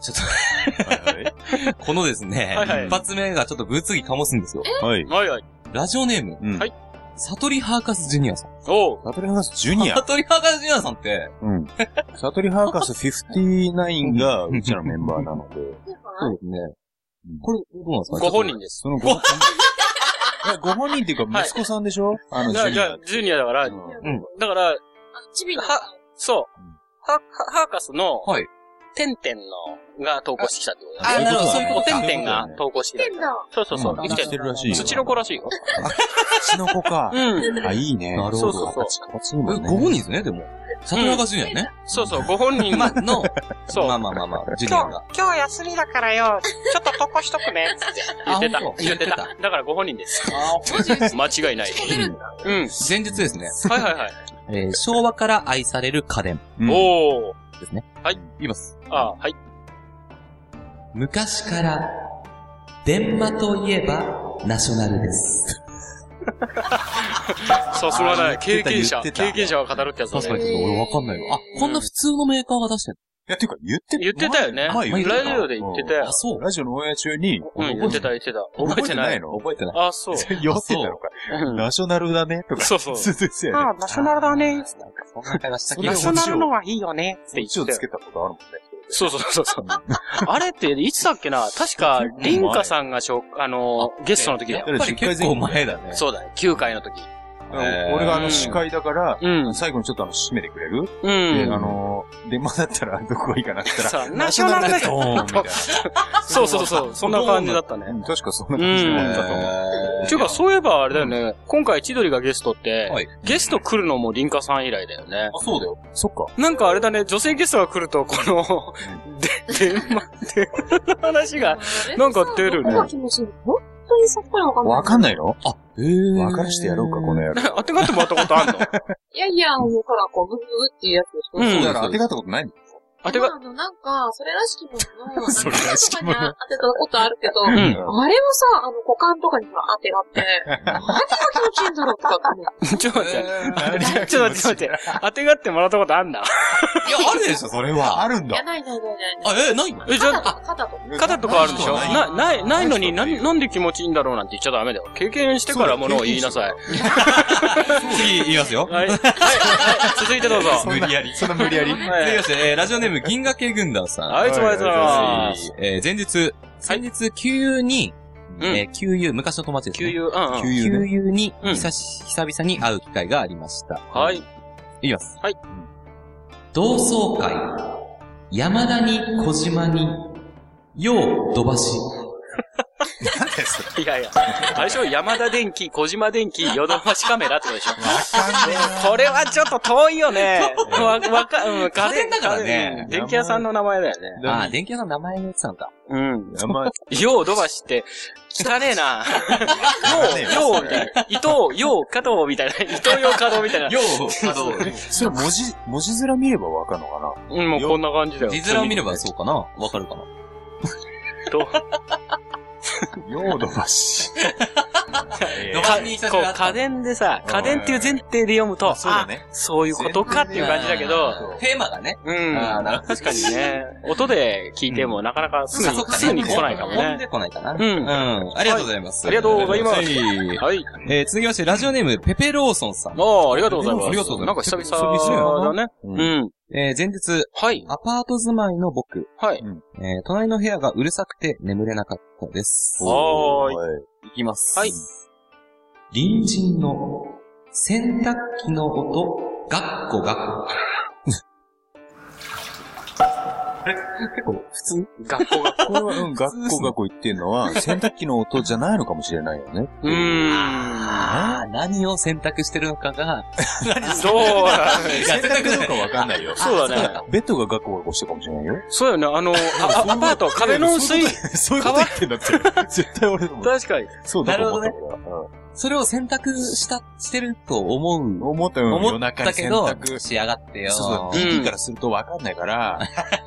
ちょっと 、このですね、はいはい一発目がちょっと物議かもすんですよ。はい。はいはい。ラジオネーム、うんはいサトリハーカスジュニアさん。おう。サトリハーカスジュニサア。トリハーカスジュニアさんって、うん。サトリハーカス59がうちらのメンバーなので、そうですね。これ、どうなんですかご本人です。そのご 本人。いやご本人っていうはかい息子さんでしょ、あの、じゃあ、ジじュゃあニジュニアだから、ア。だから、チビの。は、そううん。は、はハーカスの、はい。てんてんの、が投稿してきたってことあなるほどそそうういいううここととかてんてんが投稿してきてんだ。た。そうそうそう。うん生きてしてる。るらしいよ。土の子らしいよ。うちの子か。うん。あ、いいね。なるほどそうそうそうあっちこっちにえもごね本人ですね、でも。里中ジュニアね。そうそう、ご本人まあ、の、そうまあまあまあまあ、ジュニアが。今日休みだからよ、ちょっと投稿しとくね。言ってたあ本。当言って言たっ。だからご本人です。間違いない。うん。前日ですね。はいはいはい。えー昭和から愛される家電。うんおー。ですね。はい。います。あーはい。昔から、電話といえば、ナショナルです。さすがだあね。ー経言ってた験者。言ってた経験者が語るってやつだ確かね。に、俺わかんないわ。あ、こんな普通のメーカーが出してるいや、ていうか、言って言ってたよね。前前言ってラたジオで言ってたあ、よ。そう。ラジオのオンエア中に、うん、言ってた言ってた。覚え覚えててなないいの覚えてない。あ、そう。 酔ってたのか。うんナショナルだねとか。そうそう。そうそう。ああ、ナショナルだね。そんな会話したいやナショナルのはいいよね。って言って一応つけたことあるもんね。そうそう そうそう。あれって、いつだっけな確か、リンカさんがしょ、あの、ゲストの時だよ。やっぱり結構前だね。そうだね。9回の時。うん俺があうのん司会だから、うん。最後にちょっとあの、締めてくれるうで、ん。あのー、電話だったらどこがいいかなって言ったさら、あ、ナショナルだドーンみたい そうそうそう。そんな感じだったねな。。うん確かそんな感じで終わったと思う。ていうか、そういえばあれだよね、今回千鳥がゲストって、はいゲスト来るのもリンカさん以来だよね。あ、そうだよ。そっか。なんかあれだね、女性ゲストが来ると、この、で、電話、電話の話が、なんか出るねど。んな気持ちいいの本当にさっぱりわかんない。わかんないのあ、えーわからしてやろうか、この野郎。当てがってもらったこと あんのいやいや、もうほら、こう、ブブブっていうやつでしょ。うんだから当てがったことないんだよ当てが、まああの、なんか、それらしきものの、それらしきものなんか当てたことあるけど、うあん。れをさ、あの、股間とかにほら当てがって、なんでこんな気持ちいいんだろうとかってね。ちょっと待って。何がちょっと待って、ちょっと待って。当てがってもらったことあんだ。いや、あるでしょ、それは。あるんいや、だ。ないないないないない。あ、えー、ないのえ、じ肩ゃとあ、か肩とか。肩とかあるんでしょないな、ない、ないのに、な、ないなんで気持ちいいんだろうなんて言っちゃダメだよ。経験してからものを言いなさい。次、言いますよ。はい。はい。はい続いてどうぞ。無理やり。そんな無理やり。次はいまして、えーラジオネーム、銀河系軍団さん。はい、つもありがとうございます。えー前日、先日、急に、うんえー旧友、昔の友達です、給ね。油、うん、うん。旧友旧友に、うん久し、久々に会う機会がありました。はい。いきます。はいうん。同窓会。山田に小島に、よう、土橋。いやいや。あれでしょ山田電機、小島電機、ヨドバシカメラってことでしょこれはちょっと遠いよ ね。わ、わか、うん、家家電だからね家電電気屋さんの名前だよね。ああ、電気屋の名前のやつなんだ。うん。あんま、ヨウドバシって、汚ねえ な。ねえよう、よう、みたいな。伊藤、よう、加藤、みたいな。伊藤よう、加藤、みたいな。よう、あの、それ文字、文字面見ればわかるのかうん、もうこんな感じだよ。字面を見ればそうかなわかるかなな 用土橋。土か橋に久しぶこう、りに会った家電でさ、家電っていう前提で読むと、あそうだねあそういうことかっていう感じだけど、あーテーマがね。うん。あーなるほど確かにね、音で聞いてもなかなかすぐに、すぐに来ないかも飛んね。でこないかな。うんうん。ありがとうございます。はいありがとうございますはいはい。えー続きまして、ラジオネーム、ペペローソンさん。もう、ありがとうございます。ありがとうございますなんか久々だね。ううんん。えー前日、はい。アパート住まいの僕、はい。えー隣の部屋がうるさくて眠れなかったです。はーい。いきます。はい。隣人の洗濯機の音、ガッコガッコ。学校 が。これは、うん、学校学校行ってんのは、洗濯機の音じゃないのかもしれないよね。うーん。ああ、何を洗濯してるのかが、どうだ洗濯機のかわかんないよ。そうだね。ベッドが学校学校してるかもしれないよ。そうよね。あの、 ああアパート、壁の薄い。そういうこと言ってんだって。絶対俺のも。確かに。 そうだと思ったから。うんそれを洗濯した、してると思う。思ったよ。思夜っ中たにけ洗ど濯、しやがってよ。そうそう、うん DT からするとわかんない から、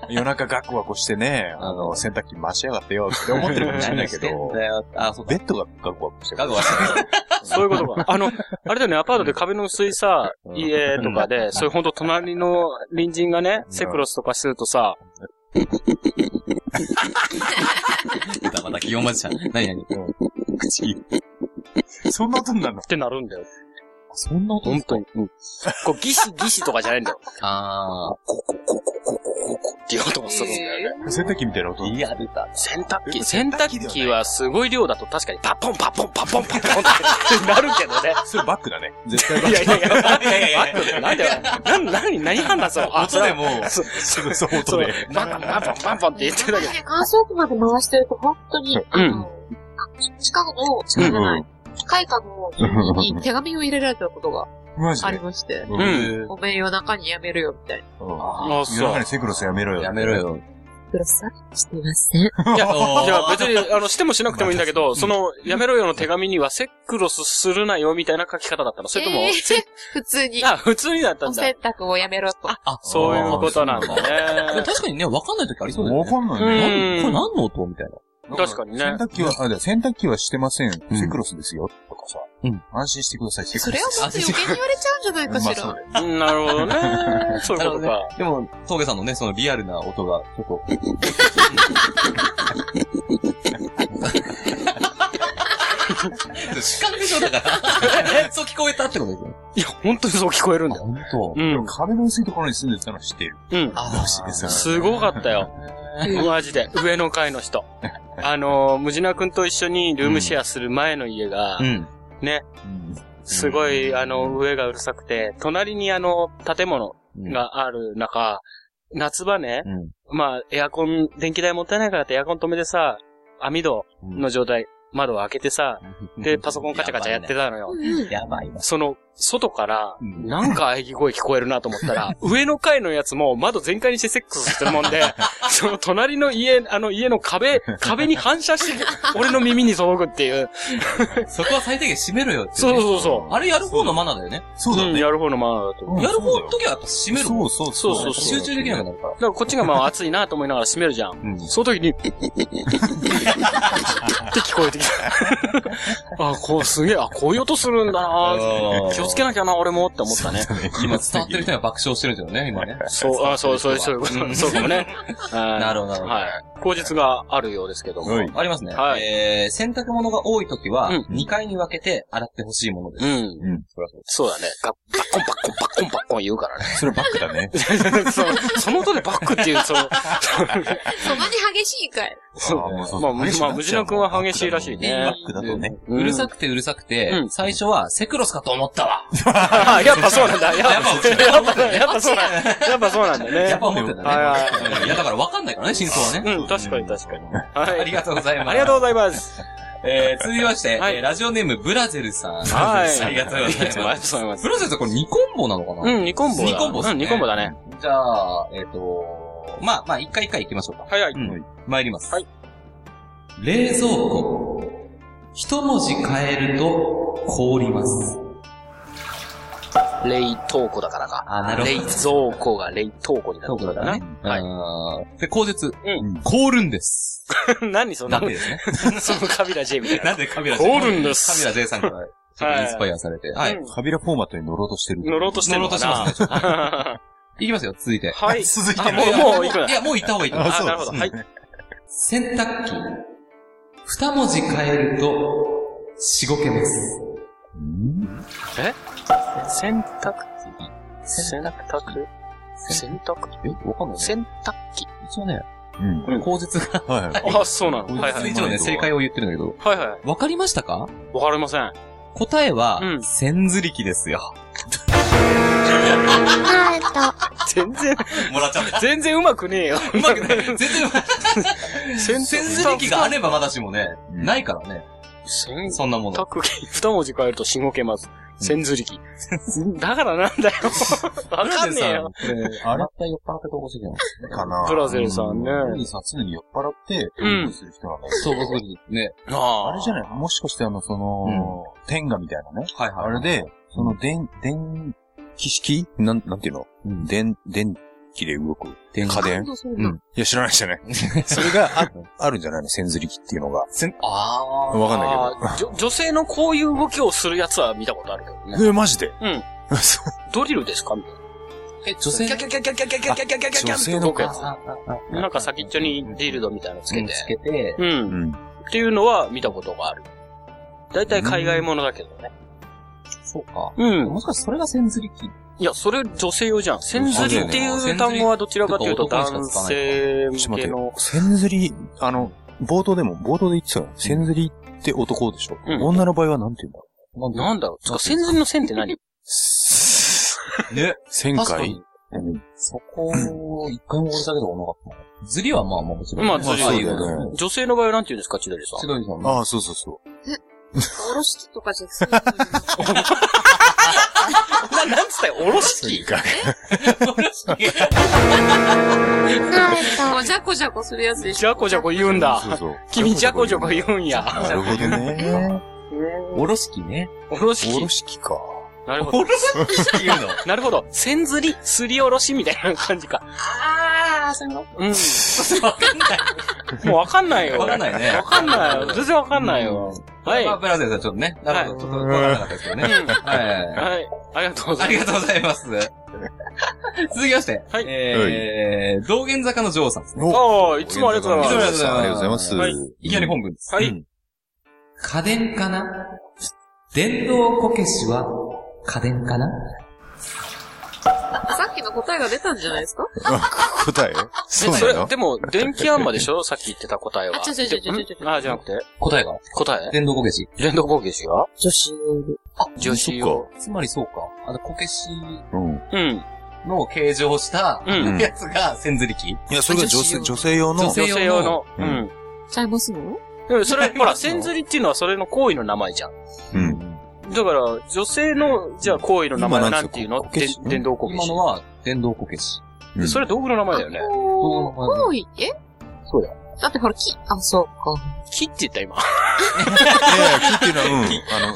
夜中ガクガクしてね、あうの、ん洗濯機回しやがってよって思ってるかもしれない 何けして んど、だよ。あ、そうか。ベッドがガクガクしてる。ガッコガッコ。そういうことか。 あの、あれだよね、アパートで壁の薄いさ、うん家とかで、そういうほんと隣の隣人がね、セクロスとかするとさ、またまた、清松ちゃん。何何そんな音になるのってなるんだよ。そんな音本当に。うん。こう、ギシギシとかじゃないんだよ。 あっていうこともするんだよね。洗濯機みたいな音。あ。リアルだ。洗濯機、洗濯機はすごい量だと確かにパポンパポンパポンパポンってなるけどね。それバックだね。絶対バいッやいやいや、バッいやいや いクで、なんで、なん、何、何判断するの音でもう、そク。そう、音そうで。、バンバンバンバンバンって言ってるだけね、乾燥機まで回してると本当に、あの、あ近くの、近くじゃない、海下のに手紙を入れられたことが。マジあでり。まして。ううん。おめえ夜中にやめるよ、みたいな。あ、世そのう中。にセクロスやめろよ。やめろ。よ。黒さん、してません。いや、じゃあ別に、あの、してもしなくてもいいんだけど、その、やめろよの手紙には、セックロスするなよ、みたいな書き方だったの それとも、えーせ 普通に、あ、普通にだったおんだ洗。濯をやめろと。あ、そういうことなんそうなだんだね。確かにね、わかんない時ありそうだよわね。かんないね。うんこれ何の音みたいな。確かにね洗濯機は、あ、じゃあ洗濯機はしてません。んセクロスですよ。とかさ。うん安心してください。セクそロれをスもっと余計に言われちゃうんじゃないかまあしそうらだ。ようんなるほど ね。そういうことなるか。でも、峠さんのね、そのリアルな音が、ちょっと。視覚上だから。そう聞こえたってことですよね。いや、本当にそう聞こえるんだよ。本当うでんも。壁の薄いところに住んでたの知ってる。うん。あしいですよねすごかったよ。マジで。上の階の 人。あの、ムジナ君と一緒にルームシェアする前の家があ。う、ん。ね、すごい、あの、上がうるさくて、隣にあの、建物がある中、夏場ね、うん。まあ、エアコン、電気代もったいないからってエアコン止めてさ、網戸の状態、窓を開けてさ、で、パソコンカチャカチャやってたのよ。やばいな。その、外から、んなんか喘ぎ声聞こえるなと思ったら、上の階のやつも窓全開にしてセックスしてるもんで、その隣の家、あの家の壁、壁に反射して、俺の耳に届くっていう。そこは最低限閉めろよってね。そうそうそう。あれやる方のマナーだよね。そうだん、ね。やる方のマナーだと思う。うんやる方の時はやっぱ閉めるもん。そうそうそう。そうそうそう集中できなくなるから。だからこっちがまあ暑いなと思いながら閉めるじゃん。うんその時に、って聞こえてきた。あ、こうすげえ、あ、こういう音するんだあなー気をつけなきゃな、俺もって思ったね。今伝わってる人には爆笑してるんだよね、今ね。そう、あ、そう、そう、そういうこと、そうかもね。ななるほどなるほどはい。口実があるようですけども。はういありますね。はいえー、洗濯物が多い時はうん、 2回に分けて洗ってほしいものです。ん。うん。そりゃそそううだね。がバッコンバッコンバッコンバッコン言うからそれバックだね。ね。そうその音でバックっていう、その、そんなに激しいかい。そうまあ、むまあ、むじなくんは激しいらしいバね。ックだとね。うるさく。くてうるさくうて、ん最初はセクロスかと思ったわ。あやっぱそうなんだ。やっぱ、やっぱ、やっぱそうなんだ。やっぱそうなんだね。やっぱ思ってたはいね。はいいや、だから分かんないからね、真相はね。うん、確かに確かに。あはりい。がとうございます。ありがとうございます。えー、続きまして、えはいーラジオネームブラゼルさん。はい。ありがとうございます。す。ありがとうございます。ブラゼルさんこれ2コンボなのかなうん、ニコンボだ。ニコンボっすねうん、ニコンボだね。じゃあ、えっと、まあ、まあ、一回一回行きましょうか。はいはい。うん。参ります。はい。冷蔵庫。一文字変えると凍ります。冷凍庫だからか。あ、なる冷蔵庫が冷凍庫になる。そうだからね。はいはい。で、口述。うん凍るんです。 何そのなんで、ですね。そのカビラ J みたいな。 なんでカビラ凍るんですカビラ J さんから、ちょっとインスパイアされて。はい。うんカビラフォーマットに乗ろうとしてる。乗ろうとしてるのかな乗ろうとしてはいきますよ、続いて。い。続いてあ、もう、もう行くいや、もう行った方がいいと思う。な。あ、なるほど。はい。洗濯機。二文字変えると、しごけます。洗濯機。洗濯洗濯機えわかんない。洗濯機。一応ね、うん。これ口述が、はいはい。あ、そうなの。はいはい。口述以上ね、正解を言ってるんだけど。はいはわかりましたかい。わかりません。答えはう、ん千ずりきですよ。アウト。全然、 もらっちゃうんだよ。全然うまくねえよ。うまくね、 全然、洗千ずりきがあればまだしもね、うんないからね、洗そんなもの。濯機。二文字変えるとしごけます。千ずりき。 だからなんだよ。 わかんねえよ。ブラゼルさん。これ、洗った酔っ払って投稿してきたの。かなブラゼルさんねうブラゼルさん常に酔っ払って、うんうん。する人なの。そう、そうそうね。ああれじゃないもしかしてあの、その、天下みたいなね。はいあはい。れで、その、電、電気式なん、なんていうの電、電気で動く。電家電うん。いや、知らないじゃない。それがあ、あるんじゃないの千釣り機っていうのが。あー。わかんないあーじょ女性のこういう動きをするやつは見たことあるけどけね。ど。え、マジでうん。 そうドリルですかみたいな。え、女キ性ャキャキャキャキャキャキャキャキャキャキャキャ女っ性ての動く声やつ。なんか先っちょにディルドみたいなのつつけけてて。。つけて、う。うんん。っていうのは見たことがある。だいたい海外ものだけどね。そうか。うん。もしかしてそれが千釣り機いや、それ女性用じゃん。千釣りっていう単語はどちらかというと男ちょっと待っ性向けてのよ。。千釣り、あの、冒頭でも、冒頭で言ってたよ。千釣りって男でしょうん女の場合はなんて言うんだろなんだろう。つか、千釣りの線って何う。ね。千確か回に。うんそこ、一回も俺だけどなかったな。釣りはまあまあもちろん。まあ釣りははそういだいよよねね。女性の場合はなんて言うんですか、千鳥さん千。鳥さん。ああ、そうそうそう。 おろし器とかじゃ済まない。なんつったよ、おろし き。おろしき。もうジャコジャコするやつでしょ。じゃこじゃこ言うんだ。そうそう。君じゃこじゃこ言うんや。なるほどね。おろすきね。おろしおろき。しきか。なるほおど。ろすきっていうの。なるほど。千ずり、すりおろしみたいな感じか。あー、そういうの。うん。わかんない。もうわかんないよ。わかんないねわかんないよ。全然わかんないよ。はい。まあ、はブラゼルさんちょっとね。なるほど。ちょっとわからなかったですけどね。い。はい。はい。ありがとうござあいりまがとうござい ます。続きまして。はいえー、道玄坂の女王さんですね。す。ああ、いつもありがとうございます。いつもあありりがとうごがとうござざいいまますす。いきなり本文です。はうい。ん家電かな電動こけしは家電かなさっきの答えが出たんじゃないですかあ答えよそうそなれ、のでも、電気あんまでしょさっき言ってた答えは。あ違う違う違う違う違うんあ、じゃなくて答えが答え電動こけし。電動工芸士が女子あ、女子そ用っ。つまりそうか。あの、こけしうん。うん。の形状をしたうんやつが千釣り機。いや、それが女性、女性用女の。性用の。ううんん。ちゃいますのでもそれ、ほら、千釣りっていうのはそれの行為の名前じゃん。うん。だから、女性の、じゃあ行為の名前はなんていうの今なんですよで電動工芸今士の。は電動こけし。うでんそれ道具の名前だよね。こう、行為、えそうだだってほら、木、あ、そうか。木って言った今。いやいや、木っていうのは、うん。あ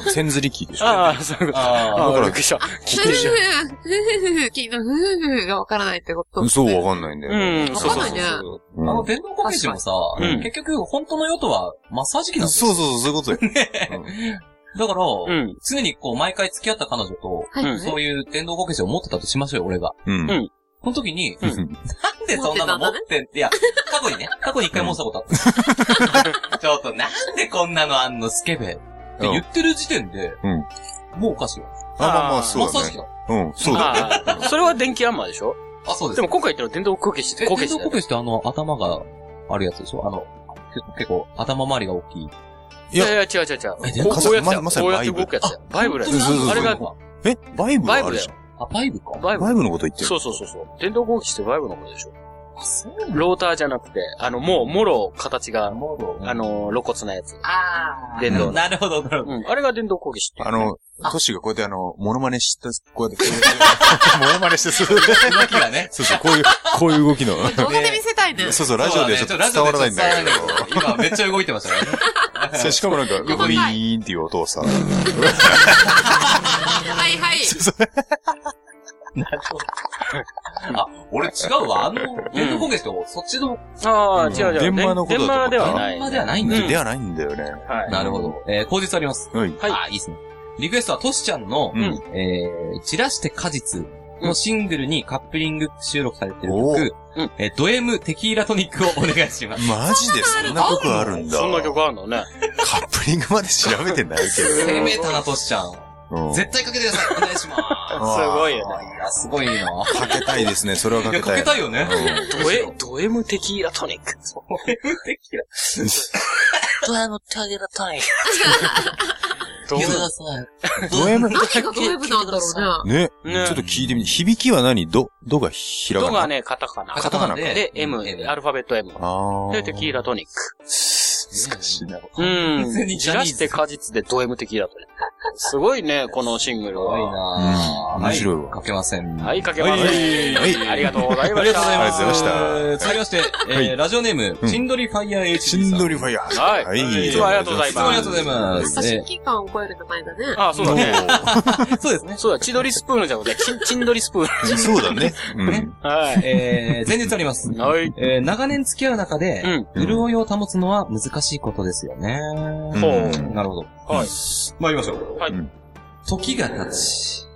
の、千釣り木でしょ。ああ、そういうこと。ああだあ、からびっくりした。ふふふふふ、木のふふふがわからないってこと。そう、わかんないんだよね。うんわそうかんそうなそいうね。うあんの、電動こけしもさうん、結局、本当の用途は、マッサージ機なんですそよ。うそうそう、そういうことよ。だから、うん。常にこう、毎回付き合った彼女と、はいはい。そういう電動こけしを持ってたとしましょうよ、俺が。うん。ううんん。この時に、うんなんでそんなの持ってんいや、過去にね、過去に一回持ったことあった。 ちょっと、なんでこんなのあんの、スケベ。って言ってる時点で、もうおかしいよ。 あ、まあまあ、マそッうサーだジ機ね。だ。うん、そうだ。ああ、それは電気アンマーでしょあ、そうです。でも今回言ったのは電動工芸士ってえ、工芸電士動だよこねけしってあの、頭があるやつでしょあの、結構、頭周りが大きい。いやいや、違う違う違う。電動こうこうやってまたさよ。こにまうやっさてに動くやつだよ。バイブだよそうそうそう。あれが、え、バイブバイあブるだじよゃん。。あ、バイブか。バイブバイ。ブのこと言ってる。そうそうそうそう。電動工具士ってバイブのことでしょ。あ、そうなのローターじゃなくて、あの、もう、もろ、形が、ああの、の、露骨なやつ。あ電動の。なるほど、なるほど。うん。あれが電動工具士って。あ、の、トシがこうやってあの、モノマネした、こうやって、モノマネしてする。動きがね。 そうそう、こういう、こういう動きの。動画で見せたいね。そうそう、ラジオではちょっと伝わらないんだそうねちょっとラジオでは伝わらないんだけど。今めっちゃ動いてましたね。けど。そうしかもなんか、ウィーンっていう音をさ、はいはい。あ、俺違うわ。あの、電動こけしと、そっちの、ああ、うん違う違う。電話のことだと思った電話ではない。まではないんだうよん。ではないんだよね。はい。なるほど。えー、口実あります。はい。はいあ、いいですね。リクエストは、トシちゃんのう、ん。えー、散らして果実のシングルにカップリング収録されてるお曲ー、えー、ド M テキーラトニックをお願いし ます。マジでそんな曲あるんだ。そんな曲あるのね。カップリングまで調べてない け攻めたな、トシちゃん。ど。うん絶対かけてください。お願いします。すごいよね。あいや、すごいな。いかけたいですね、それはかや、けかたい。けたいよね。ドエ、ド M テキーラトニック。ド M テキーラ。ド M テキーラトニック。ドゆずがさ、ド M ね、何がドライブなんだろうね。ねねちょっと聞いてみて。響きは何ド、ドがひらがドな。がね、カタカナ。カタカナかで、M、アる。ルファベット M。あー。で、テキーラトニック。難しいな。う完全ん。にジじャニーらズして果実でド M テキーラトニック。すごいね、このシングル怖いは。なぁ。うん面白いわはかけません。はありい、かけます。はいありがとうございまがとしうございた。ま。ますす続きまして、えー、ラジオネーうム、んチンドリファイヤー HD さシん。ンドリ。リファイヤー。はいはい。いつもありがとうござい質問ありまがとうございま久す。しえぶり感を覚える名前だね。ああ、そうだね。ーそうですね。そうだ、千鳥スプーンじゃなくて、チンチンドリスプーン。そうだね。うん。はい。えー、前日あります。はい。えー、長年付き合う中でう、ん。潤いを保つのは難しいことですよね。ほううんなるほど。はい。参りましょう。はいうん時が経ち、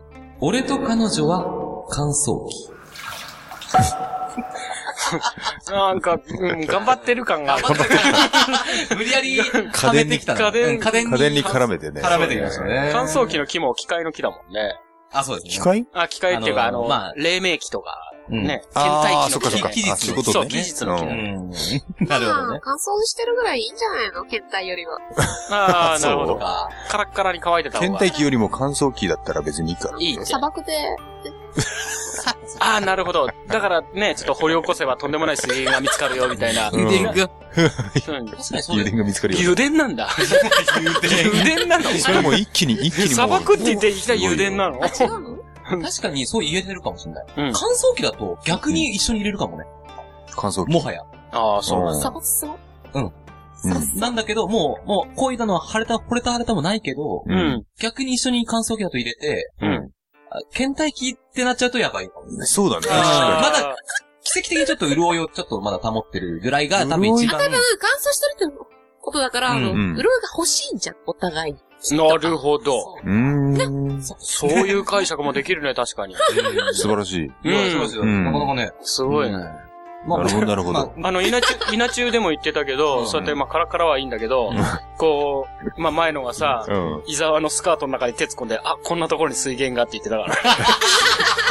俺と彼女は乾燥期。なんか、うん、頑張ってる感がある。無理やり、家電にはめてきたな家電うん家電家電に絡めてね。絡めてきましたね。乾燥機の木も機械の木だもんね。あ、そうです機ね。械あ、機械っていうか、ああのの、まあ黎明期とか、うんね、天体ああー、機そのっかそっ木か。技術あそういうことそうね。技術の木うだうんん。ま なるほどあね。乾燥してるぐらいいいんじゃないの検体よりは。あ あ、そなうるほど。かカラッカラに乾いてた方天が。体機よりも乾燥機だったら別にいいから。いいって砂。漠で。ああ、なるほど。だからね、ちょっと掘り起こせばとんでもない水源が見つかるよ、みたい な。うん油田が、うん確かにそう油田です。が見つかるよ。油田なんだ。油田なんだ。 それもう一気に、一気にもう。砂漠って言っていきたい油田なの違うの確かにそう言えてるかもしれない。うん乾燥機だと逆に一緒に入れるかもね。乾燥機。もはや。ああ、そうなんだ。サボそううんなんだけど、もう、もう、こういったのは晴れた、惚れた晴れたもないけど、うんうん。逆に一緒に乾燥機だと入れて、うんあ倦怠期ってなっちゃうとやばいかもね。そうだね。あーまだ、奇跡的にちょっと潤いをちょっとまだ保ってるぐらいが多分一 あ、番。多分乾燥してるってことだから、あの、うん潤いが欲しいんじゃん、お互いに。なるほど。そううーん。素そういう解釈もできるね、確かに。晴らしい。うんいやそうですようんなかなかね。すごいね。なるほど、なるほど。あの、稲中、稲中でも言ってたけど、そうやって、まあ、カラカラはいいんだけど、こう、まあ、前のがさ、うん。伊沢のスカートの中に手突っ込んで、あ、こんなところに水源がって言ってたから。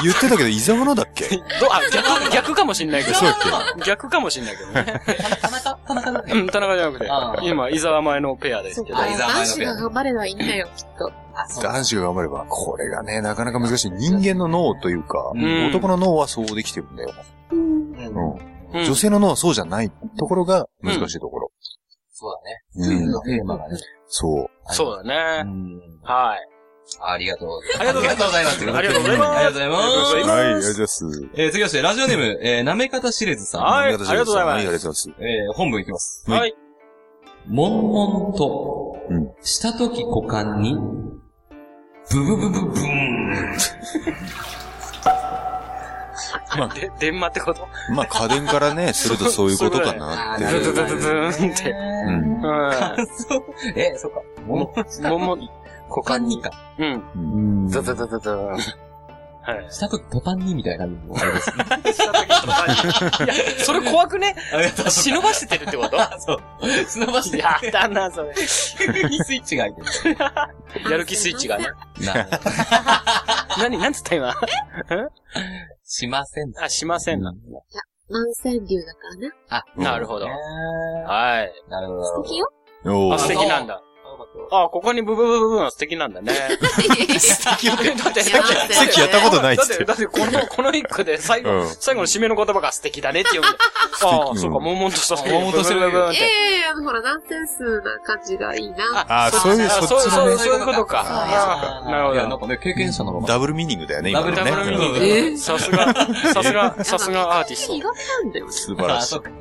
言ってたけど、伊沢のだっけ どあ、逆、逆かもしんないけど。そうだっけ逆かもしんないけどね。田中田中だね。うん、田中じゃなあくあて、今、伊沢前のペアですそうけか。ど。あいざ男子が頑張ればいいんだよ、きっと。男子が頑張れば、これがね、なかなか難しい。人間の脳というか、ん男の脳はそうできてるんだよ。うんうんうん女性の脳はそうじゃないところが難しいところ。そううだね。ん冬のテーマがね。そう。そうだうね。んはい。ありがとうございます。ありがとうございます。ざいまありがとうございますありがとうございます。はいありがとうございます。えー、次はして、ラジオネーム、えー、なめかたしれずさん。はいありがとうございますはいありがとうございます。えー、本文いきます。はい。悶々とうん、したとき股間に、ブブブブブーン。で、電話ってことまあ、家電から ね、するとそういうことかなっあてズいズう。ズズズーンって。うんう感想。えー、そっか。もん。もも、股間にか。うん。うん。ズズズズズーン。はい。したとき途端にみたいな感じ。した時とかにいや、それ怖くねありがとう忍ばせてるってことそう。忍ばして、やだな、それ。急にスイッチが開いてやる気スイッチがね。る。な、何、なんつった今。しません。あ、しませんな。万川流だから ね。なるほどね。はい。なるほど。素敵よ。おあ、ー素敵なんだ。あ、ここにブブブブブンは素敵なんだね。素敵よって。だって、さっさっきやったことないっだっ、つってて。だって、この、この一句で最後、うん最後の締めの言葉が素敵だねって呼んで。ああ、そうか、悶々とした。悶々としてるブブブブンっえて。えあの、ほら、ナンセンスな感じがいいな。あー、そういう、あそっちそうのそうね。そういうことか。ああーあなるほいや、などん。かね、経験者なのかな。ダブルミーニングだよね、今のね。ダブルミーニングうんええさすが、 さすが、さすがアーティス意外なんだよね。素晴らしそうか。い。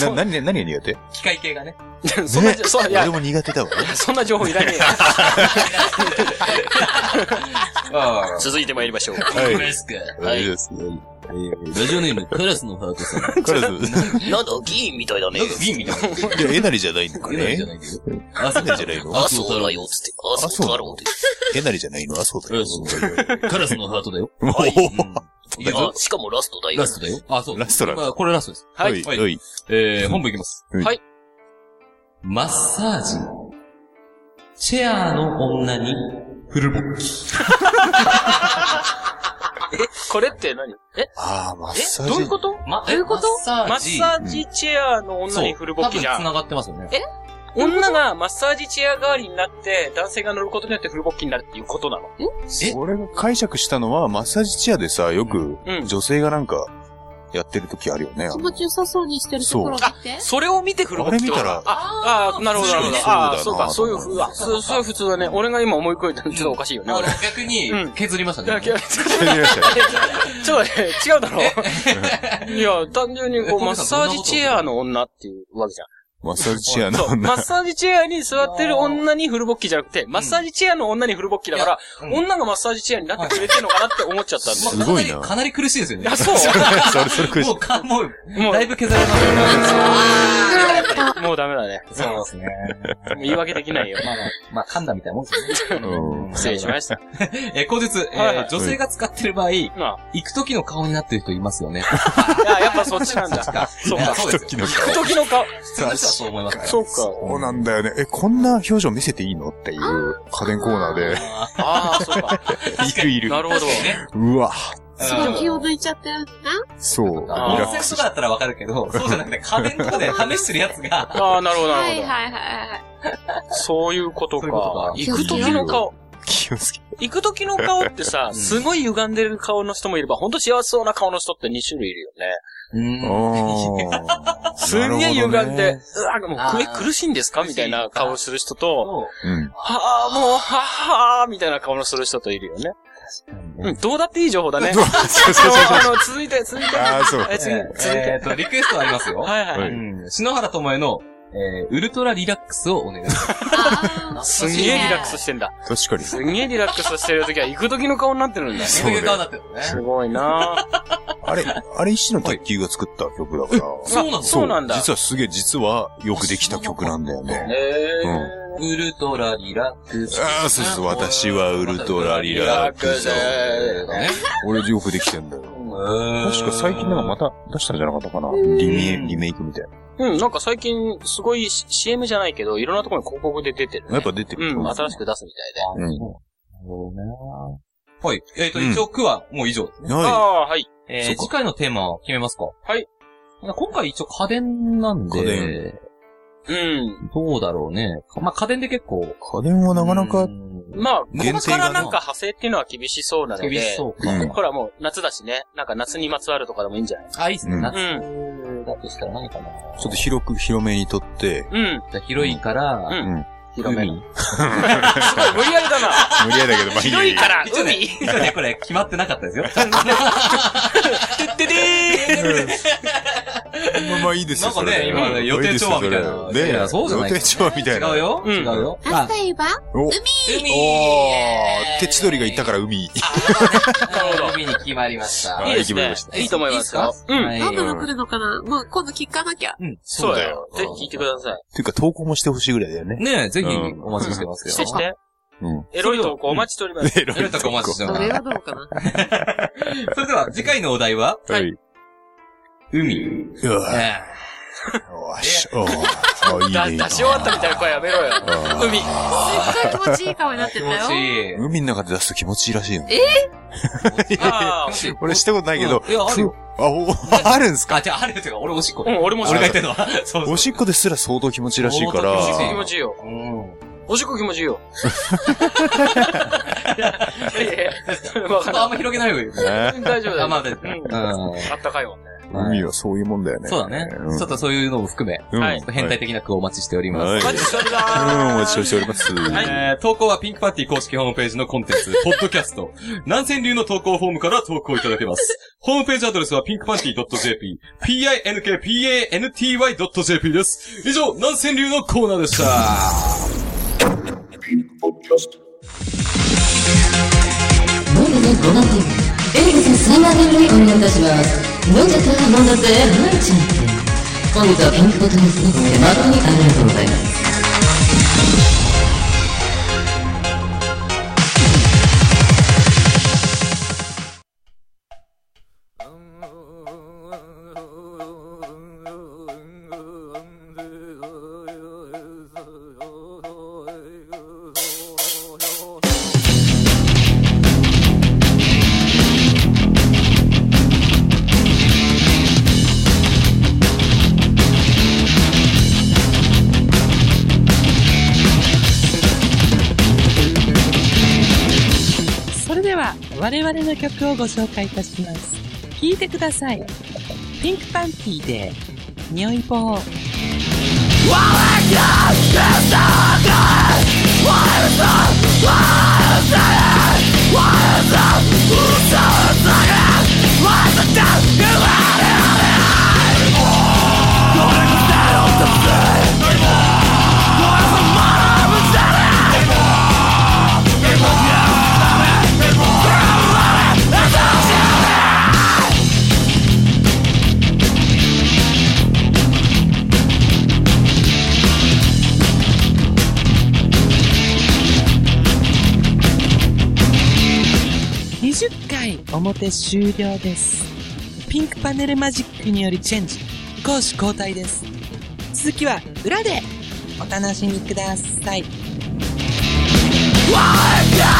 な、何、何が苦手機械系がね。ト。 そんな、そう、いや俺、も苦手だわ。そんな情報いらねえよ。ああ。続いて参りましょう。はい。ラスか。大丈夫です。ラジオネーム、カラスのハートさん。なんかカラス、 なんだ、議員みたいだね。銀みたいな。いや、えなりじゃないのかえねじゃ。ないけど。あ、そえなりじゃないの麻生太郎つって。麻生太郎です。えなりじゃないのあ、そうだよ。カラスのハートだよ。もいやあ、しかもラストだよラ。ストだよ。あ、そう。ラストだまあこれラストです。う、はい、ははいい。えー、本部いきます。はい。マッサージ。チェアーの女に、フルボッキ。これって何えああ、マッサーえジ。どういうことま、どういうことママッサーージチェアの女にフルボッキじゃそうん。多分繋がってますよね。女がマッサージチェア代わりになって、男性が乗ることによってフルボッキになるっていうことなの。俺が解釈したのは、マッサージチェアでさ、よくうん、女性がなんか、やってる時あるよね。気持ちよさそうにしてるところを見て。それを見てフルボッキってことあれ見たあ、あー、なるほど、なるほど。そうだなああ、そうか、そういうふうだ。そうそういう普通だね。俺が今思い込いたのちょっとおかしいよね、俺俺。逆にうん、削りましたいやね。いやあれ見ましたよ ちょっとね、違うだろ。 いや、単純にこう、マッサージチェアの女っていうわけじ ゃん。マッサージチェアの そう、女。マッサージチェアに座ってる女にフルボッキじゃなくて、マッサージチェアの女にフルボッキだから、いやうん女がマッサージチェアになってくれてるのかなって思っちゃったんだまあよ。すごいなかりかなり苦しいですよね。あ、そ うそれ、それ苦しも、。いうか、もう、もだいぶ削られましたう、ね。もうダメだね。そうですね。もう言い訳でき ないよ。まあまあ、まあ、噛んだみたいなもんですよね。うん失礼しました。 えー、後日、えはいはーい女性が使ってる場合、行まく時の顔になってる人いますよね。 あ、いや、やっぱそっちなんだ。あそうか。そうですよ。の 時々の顔。普通の人はそう思いますから。そうか。そうなんだよね。え、こんな表情見せていいのっていう家電コーナーで、ああ、そうか。 いるいる。なるほど。うわ、すごい気を抜いちゃってるな。そう、リあーラッ温ク泉スとしかだったらわかるけど、そうじゃなくて家電とかで試してるやつが、ああ、なるほど、なはいるほど。はいはいはい。そういうことそういうことかか。行く時の顔。気をつけて。行く時の顔ってさ、んすごい歪んでる顔の人もいれば、ほんと幸せそうな顔の人って2種類いるよね。あー すんげえ歪んなるほどでね、うわ、もう、え、苦しいんですかみたいな顔する人と、うん。はあ、もう、はあ、はあ、みたいな顔のする人といるよね。うん、どうだっていい情報だね。そう そうそうそ うあの、続いて、続いて。ああ、そう。え、次、続いえーて。っと、リクエストありますよ。はいはい。はいうん。篠原智恵の、えー、ウルトラリラックスをお願いします。あーすんげえリラックスしてんだ。確かに。すんげえリラックスしてるときは、行く時の顔になってるんだね。そうだよそういう顔だったよね。すごいなあれ、あれ石野卓球が作った曲だから。そうなのそうなんだ。実はすげえ、実はよくできた曲なんだよね。えうん。ー、ウルトラリラックス。ああ、そうそう、私はウルトラリラックス。ね。俺よくできてんだよ。確確か最近なんかまた出したんじゃなかったかな。リメイリメイクみたいうん、なんか最近、すごい CM じゃないけど、いろんなところに広告で出てる、な。やっぱ出てる。うん、新しく出すみたいで。うん。はい。えっ、と、一応、区はもう以上ですね。あはあ、はい。えそっー、か次回のテーマを決めますかはい。今回一応家電なん家で電、うん。どうだろうね。まあ、家電で結構。い。家電はなかなうか、んまあ、こ限こ定かがならなんか派生っていうのは厳しそうなので。厳しそうか。うんほらもう夏だしね。なんか夏にまつわるとかでもいいんじゃないあ、いいっすね。うん夏うだとしたら何かな。ちょっと広く、広めにとって、うん。じゃあ広いから、ううんん。無広め。すご海。い無理やりだ な。理やだ けど、まあいいよ広いいいよから、一応ね、海。一応ね、これ決まってなかった ですよ。てってでーまあまあいいですよ、なんかねそれ今ね予定調和みたいなそれいやねそうじゃない予定調和みた違いな。うよ、うん違うよ。明あ、日言えばお、おー、海手千鳥がいたから海。ら。海に決まりました。いはいです行きまねし。たいいと思いますよ。ううん。ん何度も来るのかなもう今度聞かなきゃ。うん。そうだよ。ぜひ聞いてください。ていうか投稿もしてほしいぐらいだよね。ねえ、ぜひうんお待ちしてますよ。してして。うん。エロい投稿お待ちしております。エロよろしくお待ちしてそますれ。はどうかなそれでは、次回のお題は、はい。海。うわえよし。おーあいいね。いい出ねし終わったみたいな声やめろよ。海。すっごい気持ちいい顔になって気た持よ。ちいい。海の中で出すと気持ちいいらしいよね。ああ。俺したことないけどうん。いや、あるよ。あ、お、あるんすかあ、じゃあ、あるよ。てか、俺おしっこう。ん、俺も俺が知言っる。っててんのは。そうそうおしっこですら相当気持ちいいらしいか相ら。お当気し持っちこいい気持ちいいよ。うん。おしっこ気持ち いいよ。いやいやわちょかっんとなあんま広げない方がいいよ。ねい大丈夫だよ。あまあ大丈う夫んうあん。ったかいわね。海はそういうもんだよね。そうだね。んちょっとそういうのも含め、ちうんはいょっと変態的な句をお待ちしておりまはす。いマジそれだうん、ーお待ちしております。はいえー投稿はピンクパーティー公式ホームページのコンテン ツ、ポッドキャスト、南千流の投稿フォームから投稿いただけます。ホームページアドレスはピンクパーティー .jp、pinkpanty.jp です。以上、南千流のコーナーでした。飲んでね、ごなんて。エリカさん、3万円でお願いいたします。飲んじゃった、飲んだぜ、飲んじゃって。本日はピンクボトルスイーツで誠にありがとうございます。それでは我々の曲をご紹介いたします聴いてくださいピンクパンティーで匂い棒20回表終了ですピンクパネルマジックによりチェンジ攻守交代です続きは裏でお楽しみください What the